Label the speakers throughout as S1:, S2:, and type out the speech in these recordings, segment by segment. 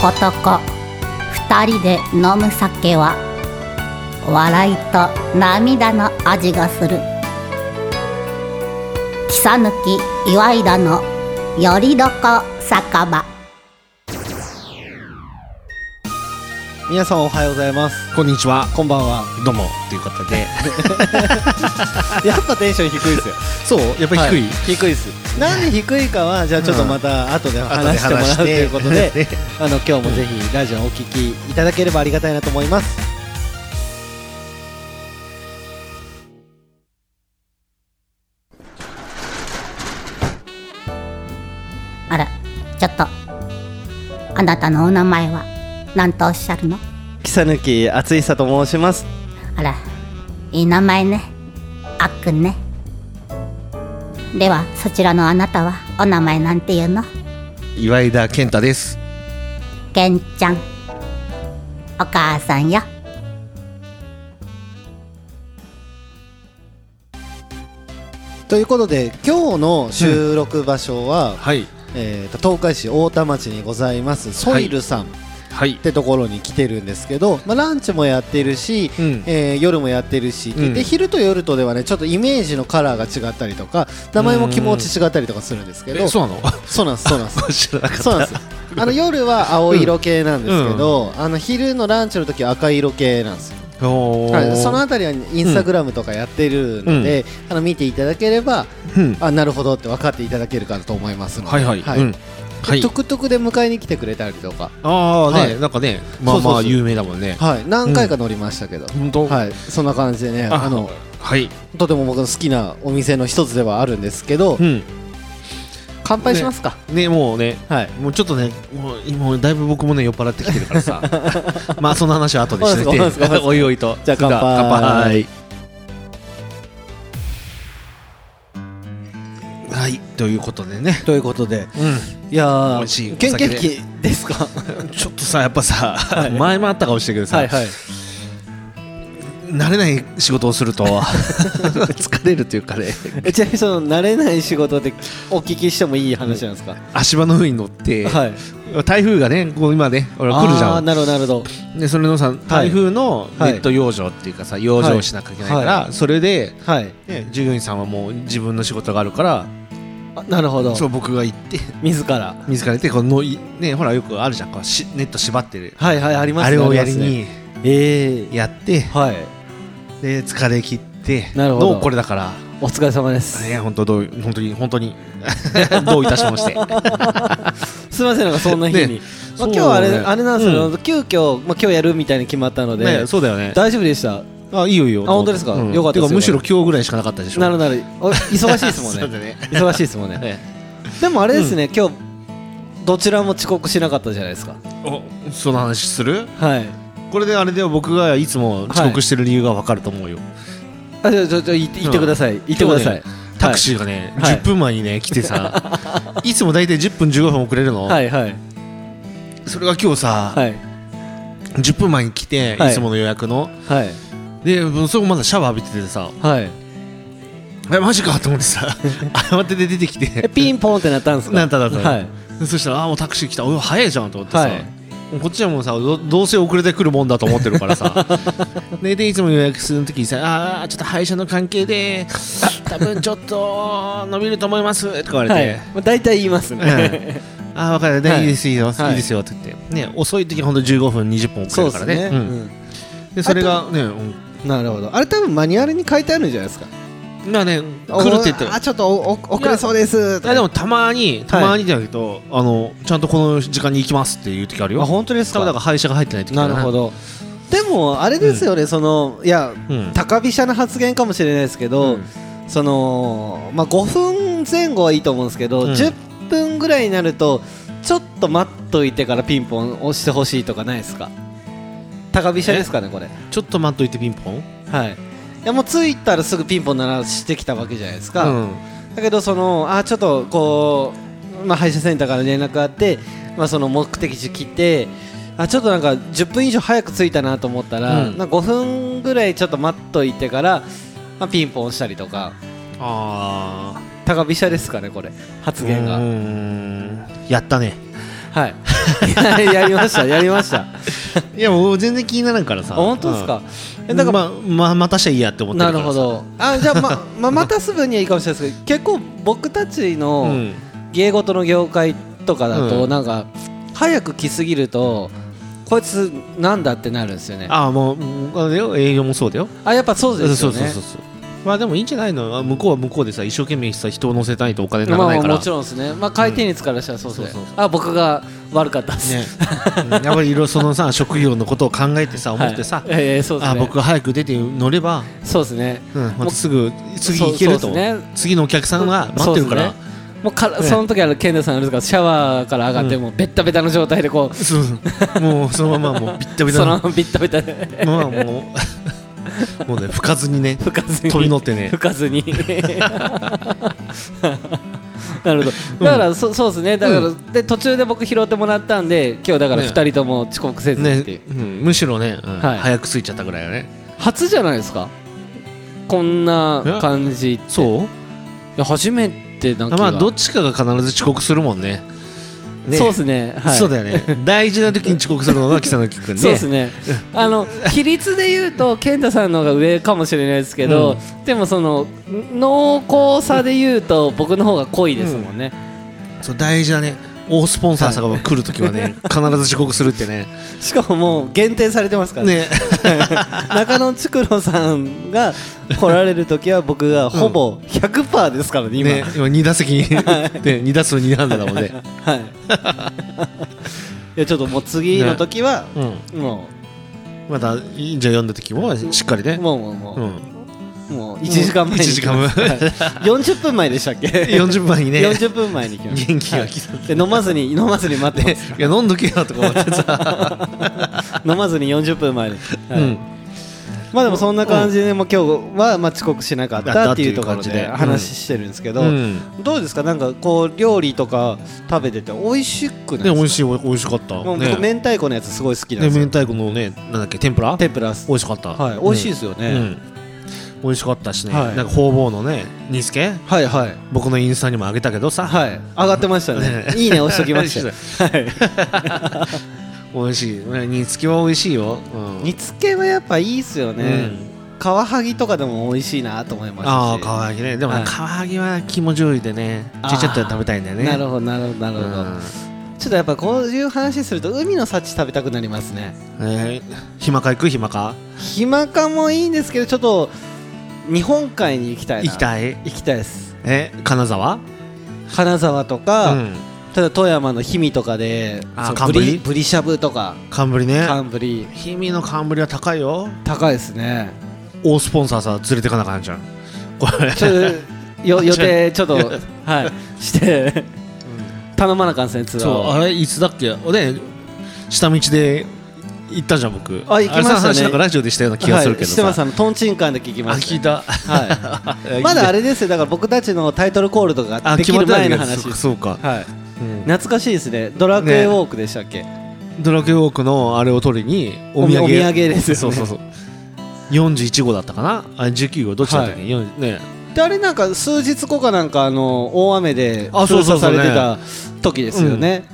S1: 男二人で飲む酒は笑いと涙の味がする草抜き岩井田のよりどこ酒場
S2: 皆さんおはようございます
S3: こんにちは。
S2: こんばん は
S3: どうもということで、
S2: やっぱテンション低いですよ
S3: そうやっぱり低い。
S2: はい低いですなんで低いかはじゃあちょっとまた後で話してもらうということで、あの今日もぜひラジオをお聞きいただければありがたいなと思います
S1: あらちょっとあなたのお名前は何とおっしゃるの
S2: 草抜き厚久と申します
S1: あらいい名前ねあっくんねではそちらのあなたはお名前なんていうの
S3: 岩井田健太です。
S1: けんちゃんお母さんよ
S2: ということで今日の収録場所は、
S3: はい
S2: えーと東海市大田町にございますソイルさん、
S3: はい
S2: っ。てところに来てるんですけど、まあ、ランチもやってるし、
S3: うん
S2: えー夜もやってるし、
S3: うん
S2: で昼と夜とではねちょっとイメージのカラーが違ったりとか名前も気持ち違ったりとかするんですけど、
S3: え
S2: そう
S3: そうなの？
S2: なんですそうなん です
S3: 知らなかった。
S2: そうなんですあの夜は青色系なんですけど、あの昼のランチの時は赤色系なんですよ、
S3: おー
S2: はい、そのあたりはインスタグラムとかやってるので、あの見ていただければ
S3: うん
S2: あなるほどって分かっていただけるかと思いますので、
S3: はいはい。うんはい。
S2: トゥクトゥクで迎えに来てくれたりとか、
S3: ああ
S2: は
S3: ね
S2: い
S3: なんかねま
S2: そ
S3: あ
S2: う
S3: ま
S2: そう
S3: あ
S2: そう
S3: 有名だもんね。
S2: はい、何回か乗りましたけど、
S3: 本当。
S2: はい、そんな感じでねあの
S3: あのはい。
S2: とても僕の好きなお店の一つではあるんですけど、
S3: うん。
S2: 乾杯しますか、
S3: ねもうね。
S2: はい
S3: もうちょっとね、もうもうだいぶ僕もね酔っ払ってきてるから さ、まあその話は後でし
S2: そうですそう
S3: て
S2: で
S3: て、
S2: す
S3: おいおいと。
S2: じゃあ乾杯
S3: 乾杯はいということでね。
S2: ということで
S3: うん。
S2: いやー
S3: 美味しい
S2: 元
S3: お酒
S2: 気
S3: で
S2: です か
S3: ちょっとさやっぱさ、前もあったかもしれないけどさ、
S2: はい
S3: 慣れない仕事をすると 疲れるというかね
S2: えちなみにその慣れない仕事でお聞きしてもいい話なんですか、
S3: 足場の上に乗って、
S2: はい
S3: 台風がねこう今ね俺来るじ
S2: あ
S3: ゃ
S2: ーなるほどなるほど
S3: んでそれのさ台風のネ
S2: はい
S3: ット養生っていうかさ養生しなきゃいけないから、
S2: は
S3: それで、
S2: はい
S3: ね、従業員さんはもう自分の仕事があるから
S2: あなるほど
S3: そう僕が行って
S2: 自ら
S3: 自ら行ってこのいねほらよくあるじゃんこうしネット縛ってる、
S2: はいはいありますね
S3: あれをやり
S2: あますね
S3: に
S2: ええ
S3: やって
S2: はい
S3: で疲れ切って
S2: なるほど
S3: うこれだから。
S2: お疲れ様です
S3: ね、本当どう本当に本当に どういたしま して。
S2: すみませんなんかそんな日に、
S3: ね
S2: まあ、
S3: そう
S2: 今日はあれ,、
S3: ね
S2: あれなんですけど、
S3: う
S2: 急遽、まあ、今日やるみたいに決まったので、
S3: ね、そうだよね。
S2: 大丈夫でした
S3: あいいよいいよ。
S2: あ本当ですか
S3: うん
S2: よかったです
S3: てかむしろ今日ぐらいしかなかったでしょ。
S2: なるなるお忙しいですもん
S3: そう
S2: ね
S3: だね。
S2: 忙しいですもんね
S3: え
S2: でもあれですね、今日どちらも遅刻しなかったじゃないですか
S3: おその話する？
S2: はい
S3: これであれで僕がいつも遅刻してる理由がわかると思うよ。
S2: あじゃあじゃあじゃあ言って言ってください、言ってください、
S3: タクシーがね、
S2: はい
S3: 10分前にね来てさ、 いつも大体10分15分遅れるの。
S2: はいはい
S3: それが今日さ、
S2: はい
S3: 10分前に来て、
S2: はい
S3: いつもの予約の。
S2: はい
S3: でそこまだシャワー浴びててさ、
S2: はい
S3: えマジかと思っ てさ、慌てて出てき
S2: え
S3: て。
S2: ピンポンってなったんですか
S3: なったなった
S2: はい
S3: そしたらあもうタクシー来たおい早いじゃんと思ってさ、
S2: はい
S3: もうこっちはもうさどどうせ遅れてくるもんだと思ってるか らさででいつも予約する時にさあーちょっと配車の関係で多分ちょっと伸びると思いますとか言われ
S2: はい
S3: て。
S2: まあ、大体言いますね、
S3: ああ分かるね、
S2: はい
S3: い、いですいいよ、
S2: はい
S3: い、いですよって言って、ね、遅い時はほんと15分20分 遅
S2: そう
S3: れ
S2: で
S3: るか
S2: すね
S3: らね
S2: う
S3: うんでそれがね、う
S2: うんなるほどあれ多分マニュアルに書いてあるんじゃないですか
S3: ん、まあね来るって言って
S2: あちょっとおお遅れそうですとか
S3: あでもたまにたまにだけど、あのちゃんとこの時間に行きますっていう時あるよ
S2: あ本当ですか
S3: 多分だから配車が入ってない時
S2: なるほ
S3: ど、
S2: どでもあれですよね、そのいや
S3: うん、
S2: 高飛車な発言かもしれないですけど、
S3: うん
S2: そのまあ5分前後はいいと思うんですけど、
S3: うん
S2: 10分ぐらいになるとちょっと待っといてからピンポン押してほしいとかないですか高飛車ですかねこれ
S3: ちょっと待っといてピンポン
S2: はいいやもう着いたらすぐピンポン鳴らしてきたわけじゃないですか、
S3: うん
S2: だけどそのあちょっとこう、まあ、歯医者センターから連絡があって、まあ、その目的地来てあちょっとなんか10分以上早く着いたなと思ったら、
S3: うん
S2: なんか5分ぐらいちょっと待っといてから、まあ、ピンポンしたりとか
S3: ああ
S2: 高飛車ですかねこれ発言が
S3: やったね
S2: はい やりましたやりました
S3: いやもう全然気にならんからさ
S2: あ本当ですか、
S3: う
S2: え
S3: ん
S2: だ
S3: だ
S2: か、
S3: かららまままたしたらいいやって思ってる
S2: な
S3: から
S2: る
S3: さ
S2: ほどあじゃあまままたすぐにはいいかもしれないですけど結構僕たち
S3: う
S2: の
S3: ん
S2: 芸事の業界とかだと、
S3: うん
S2: なんか早く来すぎるとこいつなんだってなるんですよねあ
S3: ああもううんあれよ営業もそうだよ
S2: やっぱそうです
S3: そ
S2: よ
S3: う
S2: ね
S3: そうそうそうまあでもいいんじゃないのあ向こうは向こうでさ一生懸命さ人を乗せないとお金にな
S2: ま
S3: ら
S2: あ
S3: ない
S2: ま
S3: か
S2: あ
S3: ら
S2: もちろんですね、まあ、回転率からしたらそうですね、
S3: そうそうそ
S2: あ僕が悪かったです、
S3: ね、 うんやっぱりいろいろそのさ職業のことを考えてさ思ってさ、
S2: はいええそうです
S3: あ
S2: ね
S3: 僕が早く出て乗れば、
S2: そうですね
S3: うんまたすぐ次行ける
S2: そ
S3: と、
S2: うですね
S3: 次のお客さんが待ってるから
S2: そうですねもうから
S3: ええ
S2: その時は健太さんあれですからシャワーから上がってもうベッタベタの状態でこう
S3: そうそうもうそのままもうビッタビタ
S2: その
S3: の
S2: ままビッタベタで
S3: まあもう もうね吹かずにね
S2: 吹かずに
S3: 飛び乗ってね
S2: 吹かずに なるほどだから、そそうですねだから、
S3: う
S2: で途中で僕拾ってもらったんで今日だから
S3: ね
S2: 2人とも遅刻せずに
S3: ね
S2: っていう、
S3: うんむしろね、うん
S2: はい
S3: 早く着いちゃったぐらいよね
S2: 初じゃないですかこんな感じってい
S3: そう
S2: や初めてなんか、
S3: まあどっちかが必ず遅刻するもんねね
S2: そうですね、はい、
S3: そうだよね大事な時に遅刻するのが北野君ね
S2: そうですね。あの比率で言うと健太さんの方が上かもしれないですけど、でもその濃厚さで言うと僕の方が濃いですもんね。
S3: そう大事なね大スポンサーさんが来る時はね必ず遅刻するっ てね
S2: しかももう限定されてますからね。
S3: ね
S2: 中野筑郎さんが来られる時は僕がほぼ100%ですからね今。
S3: ね今2打席 にね2打数2安打だもんね
S2: はい。いやちょっともう次の時は、
S3: うん
S2: も
S3: またいいんじゃ読んだ時もしっかり
S2: う
S3: ね
S2: もうもうもう
S3: う、ん
S2: もう1時間前に。
S3: 1時間前
S2: 前。40分前でしたっけ？
S3: 40分前にね
S2: 40分前に来ました。
S3: 元気が来た
S2: で飲まずに飲まずに待って ます
S3: いや飲んどけよとか思ってさ
S2: 飲まずに40分前に、はい
S3: うん
S2: まあでもそんな感じで、もう今日はまあ遅刻しなかっ
S3: だった
S2: た
S3: っ
S2: ってて
S3: い
S2: いううところ
S3: 感じで
S2: で
S3: うん
S2: 話してるんですけど、
S3: うん
S2: どうですかなんかこう料理とか食べてて美味しくないで
S3: ね美
S2: す
S3: 味しい美味しかった
S2: かもう
S3: ね
S2: 僕明太子のやつすごい好きなん
S3: ね
S2: です
S3: 明
S2: よ
S3: 太子のねなんだっけ天ぷら
S2: 天ぷらす
S3: 美味しかった
S2: はい美味しいですすよ
S3: う
S2: ね、
S3: ん美味しかったしね
S2: はい
S3: なんか方々のね煮つけ
S2: はいはい
S3: 僕のインスタにもあげたけどさ
S2: はい上がってましたね
S3: ね
S2: いいね押しときましたよはい
S3: 美味しいね煮つけ は美味しいようん
S2: 煮付けはやっぱいいっすよ
S3: う
S2: ね、
S3: ん
S2: カワハギとかでも美味しいなと思いましたし
S3: ああカワハギねでも
S2: は
S3: ね
S2: い
S3: カワハギは肝醤油でね
S2: あー
S3: ちっちゃっと食べたいんだよね
S2: なる
S3: ほ
S2: ほどなるほどなるほど、ちょっとやっぱこういう話すると海の幸食べたくなりますね
S3: えーひまか行くひまか
S2: ひまかもいいんですけどちょっと日本海に行きたいな
S3: 行きたい
S2: 行きたいです
S3: え金沢
S2: 金沢と
S3: う
S2: か、
S3: ん
S2: ただ富山の氷見とかで
S3: あ
S2: そう
S3: 寒
S2: ブ
S3: ぶり
S2: リブリしゃぶとか
S3: 冠ね
S2: 寒ぶり
S3: 氷見の冠は高いよ
S2: 高いです ね
S3: 大スポンサーさ連れてかなあかんじゃんこれ
S2: ちょっとよ予定ちょっ とはいして頼まなあかんですねツアー
S3: そう
S2: を
S3: あれいつだっけね下道で行ったじゃん僕
S2: あ行きましたね
S3: あれさ話なんかラジオでしたような気がするけど
S2: はい、し
S3: さ、
S2: てますあのトンチンカンで聞き
S3: あ
S2: ま
S3: 聞
S2: し
S3: いた
S2: た、は い、まだあれですよだから僕たちのタイトルコールとかが
S3: あ
S2: で
S3: 決
S2: き
S3: まっ
S2: る
S3: てない
S2: 前の
S3: けど
S2: 話
S3: そ
S2: で
S3: うか
S2: す
S3: そうか、
S2: はい
S3: うん
S2: 懐かしいですねドラクエウォークでしたっけ、
S3: ドラクエウォークのあれを取りにお土産
S2: お土産ですよね
S3: そうそうそう41号だったかなあ19号どっちだったっけ、よんね
S2: であれなんか数日後かなんかあの大雨で
S3: あそう
S2: 封
S3: そう
S2: 鎖
S3: そ
S2: さ
S3: う
S2: れてた時ですよね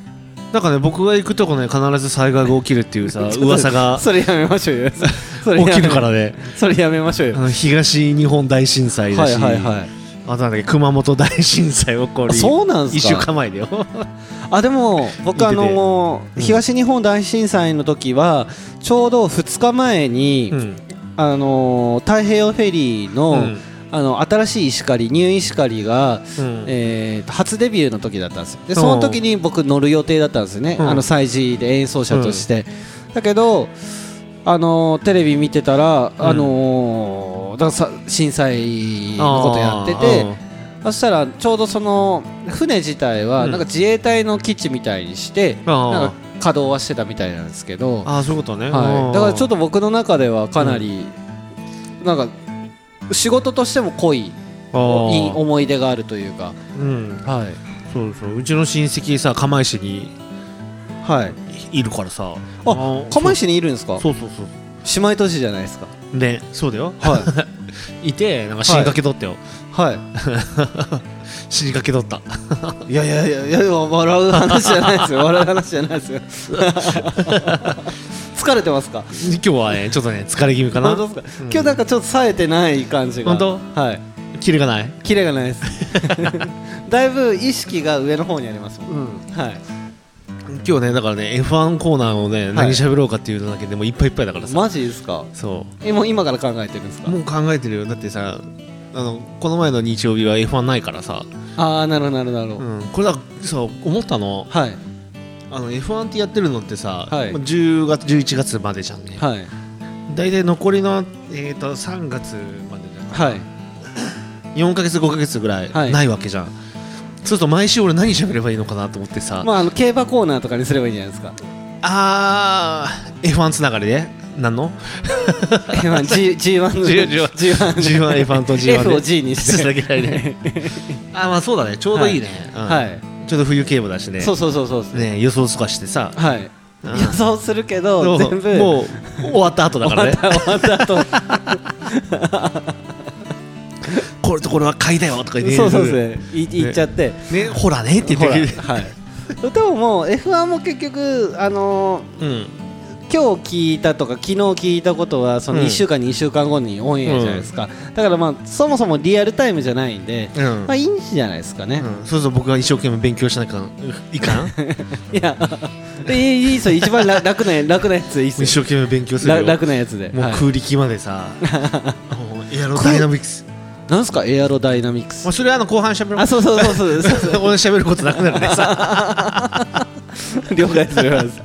S3: なんかね僕が行くとこね必ず災害が起きるっていうさ
S2: ちょっと
S3: 噂が
S2: それやめましょうよそれや め
S3: 起きるからね
S2: それやめましょう
S3: あ
S2: よ
S3: の東日本大震災だ
S2: はい
S3: し、
S2: はいはい
S3: あとなんだっけ熊本大震災起こ
S2: あ
S3: り
S2: そうなん
S3: 一
S2: す
S3: 週
S2: か
S3: 間前だよ
S2: あでも僕あ
S3: 見てて
S2: の
S3: うん
S2: 東日本大震災の時はちょうど2日前に
S3: うん
S2: あの太平洋フェリー
S3: う
S2: の
S3: ん
S2: あの新しい石狩ニュー石狩が
S3: うん
S2: えーと初デビューの時だったんですよで
S3: うん
S2: その時に僕乗る予定だったんですよね、
S3: うん
S2: あの祭事で演奏者として、だけど、あのーテレビ見てたら、あのーだからさ震災のことやってて、そしたらちょうどその船自体は
S3: うん
S2: なんか自衛隊の基地みたいにして、
S3: あー
S2: なんか稼働はしてたみたいなんですけど、
S3: ああそういうことね、
S2: はい、だからちょっ
S3: と
S2: と僕の中ではかなり、なんか仕事としても濃いいい思い出があるというか。
S3: うん
S2: はい
S3: そうそううちの親戚さ釜石に
S2: はい。
S3: いるからさ
S2: あ、釜石にいるんですか。
S3: そうそうそう
S2: 姉妹都市じゃないですか。
S3: そうねそうだよ
S2: はい。
S3: いてなんか死にかけとったよ、
S2: はい。
S3: 死にかけとった
S2: いやいやいやいやでも笑う話じゃないですよ笑う話じゃないで すよ疲れてますか
S3: 今日はねちょっとね疲れ気味かな
S2: 本当ですか、今日なんかちょっと冴えてない感じが
S3: 本
S2: 当はい
S3: キレがない
S2: キレがないです だいぶ意識が上の方にありますもん、はい
S3: 今日ねだからね F1 コーナーをね、何喋ろうかっていうのだけでもういっぱいいっぱいだからさ、
S2: マジですか
S3: そ
S2: えもう今から考えてるんです
S3: う
S2: か
S3: もう考えてるよだってさあのこの前の日曜日は F1 ないからさ、
S2: ああなるほどなるほどなるほ
S3: う
S2: ど、
S3: ん、これだそう思ったの
S2: はい
S3: あの F1 ってやってるのってさ、
S2: はい
S3: まあ10月11月までじゃんね、
S2: はい
S3: 大体残りの、えー、と3月までじゃん
S2: はい
S3: 4か月5か月ぐらい
S2: はい
S3: ないわけじゃん、そうすると毎週俺何喋ればいいのかなと思ってさ、
S2: まああの競馬コーナーとかにすればいいんじゃないですか
S3: あー F1 つながりで何の
S2: F1 G- G1 の
S3: G1
S2: G1
S3: G1 F1 と G1 で
S2: F を G にして
S3: だけな いねあーまあそうだねちょうどいいね、うん
S2: はい、
S3: ちょうど冬競馬だしね
S2: そうそうそうそうですね
S3: ね予想とかしてさ
S2: はい、
S3: うん
S2: 予想するけ
S3: も
S2: ど
S3: う
S2: 全部
S3: もう終わった後だ からね
S2: 終わった終わった後
S3: これとこれは買いだよとか言って
S2: そうそうですねい言っちゃって、
S3: ねほらねって言
S2: ほら
S3: っ
S2: は
S3: て
S2: いでももう F1 も結局あのー
S3: うん
S2: 今日聞いたとか昨日聞いたことはその
S3: うん
S2: 1週間、2週間後にオンエアじゃないですか、だからまあそもそもリアルタイムじゃないんで、
S3: うん
S2: まあいいんじゃないですかね、
S3: うん、そうそう僕が一生懸命勉強しなきゃいかん
S2: いやいいいいですよ一番楽楽な楽なやつでいいっ
S3: 一
S2: すよ
S3: 生懸命勉強する
S2: ら
S3: よ
S2: 楽なやつで
S3: もう
S2: はい
S3: 空力ま でさ、もうエアロダイナミクス、
S2: なんですかエアロダイナミク
S3: ま
S2: ス
S3: あ、それはあの後半しゃべろ
S2: あ
S3: う
S2: そうそうそうそうそう
S3: 俺しゃべることなくなるね さ
S2: 了解です了解です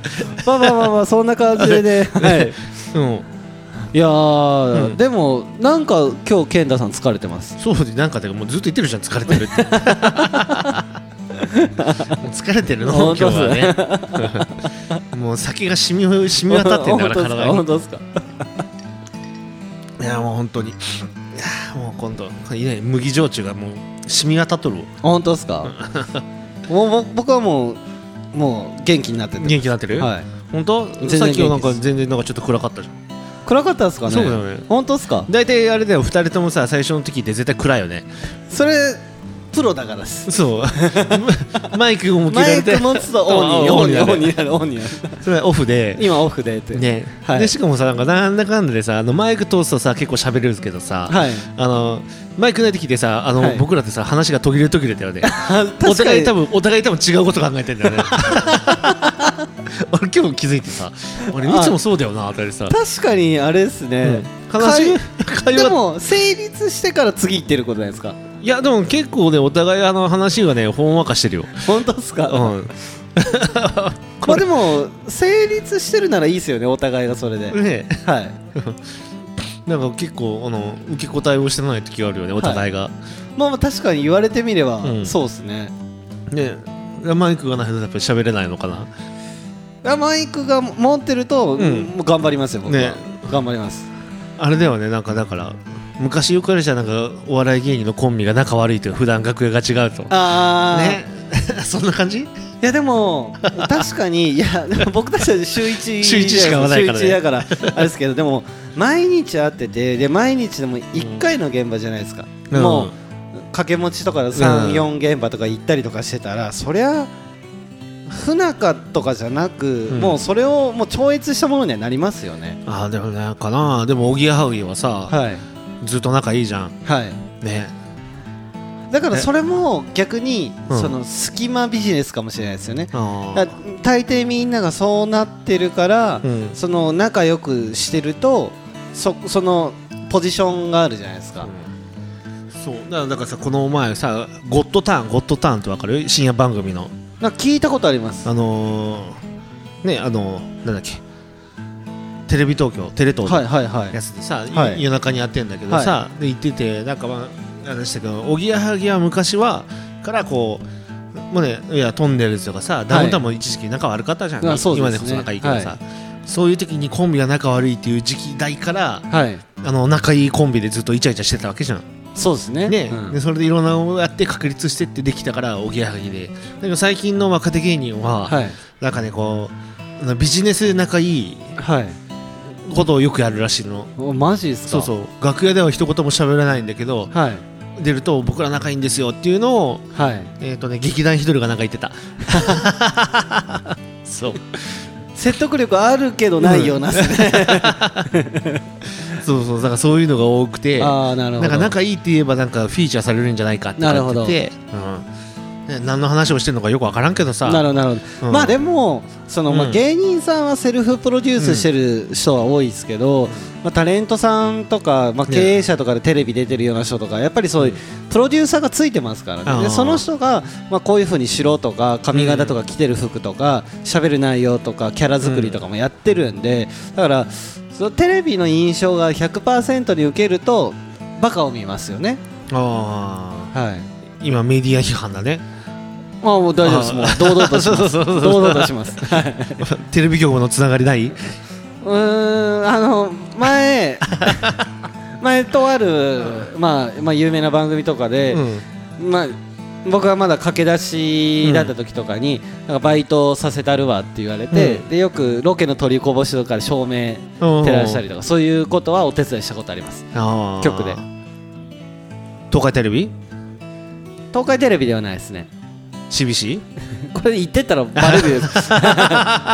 S2: まあまあまあまあそんな感じでね はい
S3: うん
S2: いやー、
S3: うん
S2: でもなんか今日健太さん疲れてます
S3: そうでなんかてかもうずっと言ってるじゃん疲れてる ってもう疲れてるの今
S2: 本
S3: 日
S2: 当っすね
S3: はね もう酒が染み染み渡ってんだから体に
S2: 本当ですか本当です
S3: いやもう本当にいやもう今度いや麦焼酎がもう染み渡っとるわ
S2: か本当ですかもうぼ僕はもうもう元気になってて
S3: 元気になってる、
S2: はい
S3: 本当
S2: 全然元気です
S3: さっきはなんか全然なんかちょっと暗かったじゃん
S2: 暗かったですかね
S3: そうだよね
S2: 本当ですか
S3: 大体あれだよ2人ともさ最初の時って絶対暗いよね
S2: それプロだからです
S3: そう マイクを向け
S2: マ
S3: ら
S2: イ
S3: れて
S2: ク持つとオンに
S3: あ
S2: オンに
S3: オンに
S2: オンに
S3: なる
S2: なるオンになる
S3: それはオフで
S2: 今オフでって
S3: ね、
S2: はい
S3: でしかもさなんかなんだかんだでさあのマイク通すとさ結構喋れるんですけどさ、
S2: はい
S3: あのマイクない時ってさあの、
S2: はい
S3: 僕らってさ話が途切れ途切れだよね
S2: あ
S3: お
S2: 確か
S3: 互い
S2: に
S3: 多分お互い多分違うこと考えてんだよね 俺今日気づいてさ俺いつもそうだよなってさ、
S2: 確かにあれですね、
S3: うん話
S2: 会
S3: 会話
S2: でも成立してから次行ってることじゃないですか
S3: いやでも結構ねお互いあの話がねほんわかしてるよ、
S2: 本当ですか、
S3: う
S2: まあでも成立してるならいいですよねお互いがそれで、
S3: ん、ね
S2: はい
S3: なんか結構あの受け答えをしてない時があるよねお互いが、
S2: まあまあ確かに言われてみれば、
S3: うん
S2: そうですね
S3: ねマイクがないとやっぱり喋れないのかな
S2: あマイクが持ってると、
S3: うん
S2: もう頑張りますよ僕は、
S3: ね
S2: 頑張ります
S3: あれだよねなんかだから昔よくあるじゃんなんかお笑い芸人のコンビが仲悪いという普段楽屋が違うと
S2: ああ、
S3: ね そんな感じ
S2: いやでも 確かにいやでも僕たちは週一
S3: 週一しか会わないからね
S2: 週一だからあれですけどでも毎日会っててで毎日でも1回の現場じゃないですか、
S3: うん
S2: もう掛け持ちとか34
S3: うん、
S2: 4現場とか行ったりとかしてたらそりゃ不仲とかじゃなく、
S3: うん
S2: もうそれをもう超越したものにはなりますよね
S3: ああでもねかなでもおぎやはぎはさ、
S2: はい
S3: ずっと仲いいじゃん
S2: はい
S3: ね
S2: だからそれも逆に、
S3: うん
S2: その隙間ビジネスかもしれないですよね
S3: あ
S2: だから
S3: ー
S2: 大抵みんながそうなってるから、
S3: うん
S2: その仲良くしてるとそそのポジションがあるじゃないですか、
S3: そうだからだからさこの前さ「ゴッドターン」「ゴッドターン」ってわかる深夜番組の
S2: なんか聞いたことあります
S3: あのー、ねあのー、なんだっけテレビ東京テレ東
S2: はい
S3: の
S2: はいはい
S3: やつでさ、
S2: はい
S3: 夜中にやってんだけどさ、で行っててなんかまああれでしたけどおぎやはぎは昔はからこうもうねいやトンネルズとかさダウンタウンも一時期仲悪かったじゃん、
S2: あそうです
S3: 今
S2: ね
S3: でこそ仲いいけどさ、そういう時にコンビが仲悪いっていう時期代から
S2: はい
S3: あの仲いいコンビでずっとイチャイチャしてたわけじゃん
S2: そうですね
S3: ね
S2: うん
S3: でそれでいろんなのをやって確立してってできたからおぎやはぎでだけど最近の若手芸人は、
S2: はい
S3: なんかねこうあのビジネスで仲いい
S2: はい
S3: ことをよくやるらしいの
S2: おマジですか
S3: そうそう楽屋では一言も喋らないんだけど
S2: はい
S3: 出ると僕ら仲いいんですよっていうのを
S2: はい
S3: えっ、とね劇団ひどりがなんか言 ってたそう
S2: 説得力あるけどないような、
S3: そうそうだからそういうのが多くて
S2: ああなるほ
S3: なん
S2: ど
S3: か仲いいって言えばなんかフィーチャーされるんじゃないかって言ってて、うんね、何の話をしてるのかよく分からんけどさ
S2: なるほどなるほど、
S3: うん
S2: まあでもその、ま
S3: う
S2: あ、
S3: ん
S2: 芸人さんはセルフプロデュースしてる人は多いですけど、まあ、タレントさんとか、まあ、
S3: ね
S2: 経営者とかでテレビ出てるような人とかやっぱりそういうプロデューサーがついてますから
S3: あ
S2: ね
S3: ー
S2: でその人が、まあ、こういうふうにしろとか髪型とか着てる服とか喋る内容とかキャラ作りとかもやってるんでだからそのテレビの印象が100%に受けるとバカを見ますよね。
S3: あ
S2: はい
S3: ー今メディア批判だね
S2: まあもう大丈夫ですもう堂々としま
S3: そう
S2: す
S3: そうそうそう
S2: 堂々としますはい
S3: テレビ局のつながりないう
S2: ーんあの 前前とある、まあ、まあ有名な番組とかで、
S3: うん
S2: まあ僕はまだ駆け出しだった時とかに、なんかバイトさせたるわって言われて、
S3: うん
S2: でよくロケの取りこぼしとかで照明照らしたりとかそういうことはお手伝いしたことあります
S3: あー
S2: 局で
S3: 東海テレビ
S2: 東海テレビではないですね
S3: CBC
S2: これ言ってたらバレ るです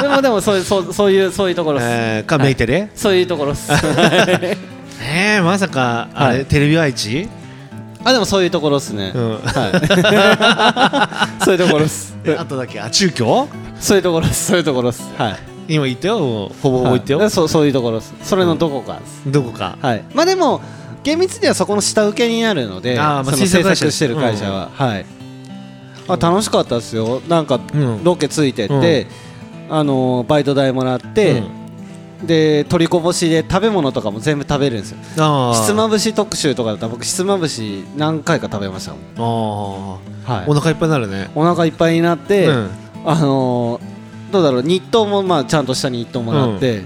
S2: でもでもそういうそうそういうそういうところっす、
S3: えーかメイテレ、
S2: そういうところっ す
S3: えーまさかあれ、
S2: はい
S3: テレビ愛知、
S2: あでもそういうところっすね、
S3: うん、
S2: そういうところっ す
S3: あとだっけあ中京
S2: そういうところです。そういうところです。はい。
S3: 今言ったよもうほぼほぼ言ったよ、
S2: はいそうそういうところです。それのどこかです。
S3: どこか
S2: はい。まあでも厳密にはそこの下請けになるので、
S3: あーまあ
S2: その
S3: 制
S2: 制
S3: 作会社
S2: 作してる会社は、はい。あ楽しかったですよ。なんか
S3: うん
S2: ロケついてって、あのーバイト代もらって、で取りこぼしで食べ物とかも全部食べるんですよ。
S3: あー
S2: ひつまぶし特集とかだったら僕ひつまぶし何回か食べましたもん。
S3: あ
S2: は
S3: ーお
S2: い。
S3: 腹いっぱいになるね、
S2: お腹いっぱいになって。
S3: うん
S2: あのー、どうだろう日当もまあちゃんとした日当もらって、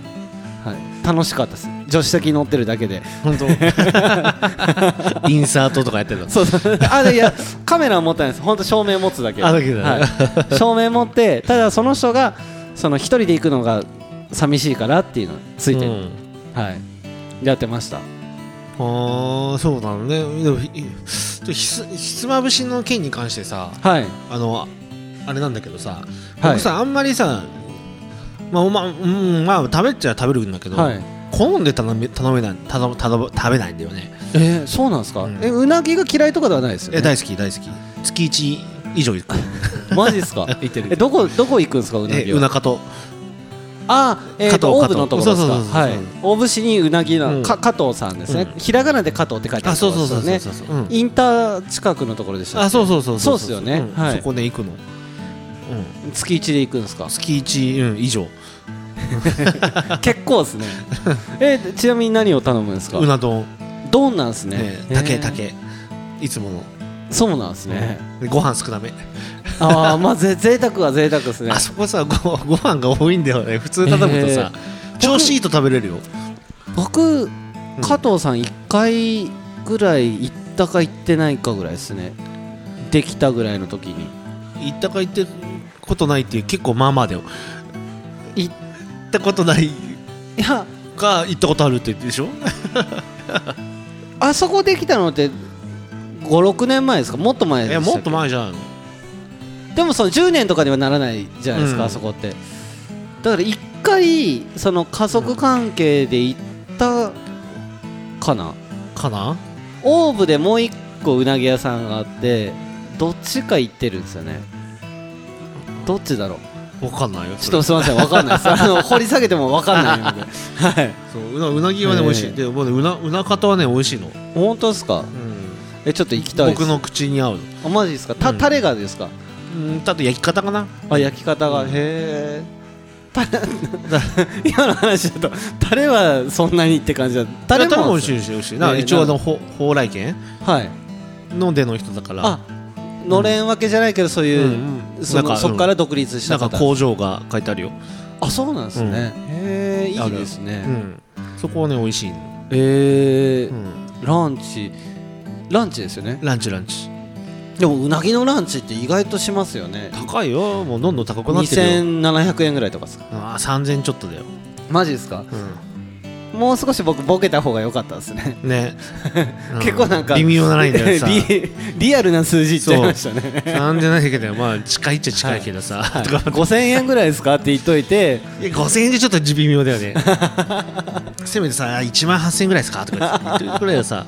S2: はい、楽しかったです助手席乗ってるだけ で
S3: 本当インサートとかやってるの
S2: そうそうあでいやカメラは持ってないです本当照明持つだけ
S3: あだけだね
S2: はい、照明持ってただその人がその一人で行くのが寂しいからっていうのついてる、
S3: うん
S2: はいやってました
S3: ああそうなのねでもひひつひつまぶしの件に関してさ
S2: はい
S3: あのあれなんだけどさ
S2: はい
S3: 僕さ、あんまりさまあまあ、うん、まあ食べっちゃ食べるんだけど、
S2: はい
S3: 好んで頼め頼めない頼む頼む食べないんだよね
S2: えー、そうなんですか、
S3: うん
S2: えうなぎが嫌いとかではないですよ、
S3: え
S2: ね、
S3: 大好き大好き月一以上行く
S2: マジですか
S3: 行ってる
S2: えどこどこ行くんですかうなぎ
S3: え
S2: は
S3: うなかと
S2: あ、えー、と大
S3: 加藤
S2: 部のところ
S3: 加
S2: ですか
S3: 藤そうそうそうそう
S2: はい大部市にうなぎの、
S3: うん
S2: か加藤さんですね、
S3: う
S2: ひらがなで加藤って書いてあるところですよね
S3: うそう、うん
S2: インター近くのところでした
S3: あそうそうそう
S2: そうっすよね
S3: ん
S2: はい
S3: そこね行くの、うん、
S2: 月一で行くんですか
S3: 月一、うん、以上
S2: 結構 ですねえーちなみに何を頼むんですか
S3: うな丼
S2: どんなんですね
S3: ね竹
S2: えー
S3: 竹いつもの
S2: そうなんですね、
S3: でご飯少なめ
S2: ああまあぜ贅沢は贅沢ですね
S3: あそこさごご飯が多いんだよね普通畳むとさ調子いいと食べれるよ
S2: 僕加藤さん1回ぐらい行ったか行ってないかぐらいですねできたぐらいの時に
S3: 行ったか行ってことないっていう結構まあまあだよ
S2: い
S3: 行ったことない
S2: いや
S3: か行ったことあるって言ってでしょ
S2: あそこできたのって56年前ですかもっと前
S3: い
S2: でし
S3: や
S2: たっけ
S3: もっと前じゃん
S2: でもその10年とかにはならないじゃないですか、
S3: うん
S2: あそこってだから一回その家族関係で行ったかな
S3: かな
S2: オーブでもう一個うなぎ屋さんがあってどっちか行ってるんですよねどっちだろう
S3: わかんないよ
S2: ちょっと
S3: それ
S2: すみませんわかんないですあの掘り下げてもわかんないので はい
S3: そううなうなぎはね
S2: えー
S3: 美味しいでもうねうなうなかとはね美味しいの
S2: 本当ですかえちょっと行きたいです
S3: 僕の口に合うの
S2: あマジですかた
S3: うん
S2: タレがですか、
S3: うんだって焼き方かな
S2: あ焼き方が、
S3: うん
S2: へえ 今の話だとタレはそんなにって感じだタレも
S3: も美味しい美味しい美味しいなんか
S2: ね
S3: 一応あのほ蓬莱軒
S2: はい
S3: の出の人だから
S2: あのれんわけじゃないけどそういう、
S3: うんうん
S2: そ
S3: なん
S2: の
S3: か
S2: そっから独立し
S3: な
S2: た
S3: んか
S2: 方
S3: 工場が書いてあるよ、
S2: あそうなんですね、
S3: うん
S2: へえいいですね、
S3: うん、そこはね美味しいの、
S2: えー
S3: うん、
S2: ランチランチですよね
S3: ランチランチ
S2: でもうなぎのランチって意外としますよね
S3: 高いよもうどんどん高くなってるよ
S2: 2700円ぐらいとかですか
S3: あー3000ちょっとだよ、
S2: マジですか
S3: うん、
S2: もう少し僕ボケた方が良かったですね
S3: ね
S2: 結構なんか
S3: 微妙なラインだよさ
S2: リリアルな数字いっちゃいましたね
S3: なんじゃないけどまあ近いっちゃ近いけどさ、
S2: はい
S3: とか
S2: 5000円ぐらいですかって言っといて
S3: いや5000円でちょっと微妙 だよねせめてさ1万8000円ぐらいですかとか言って言ってくれよさ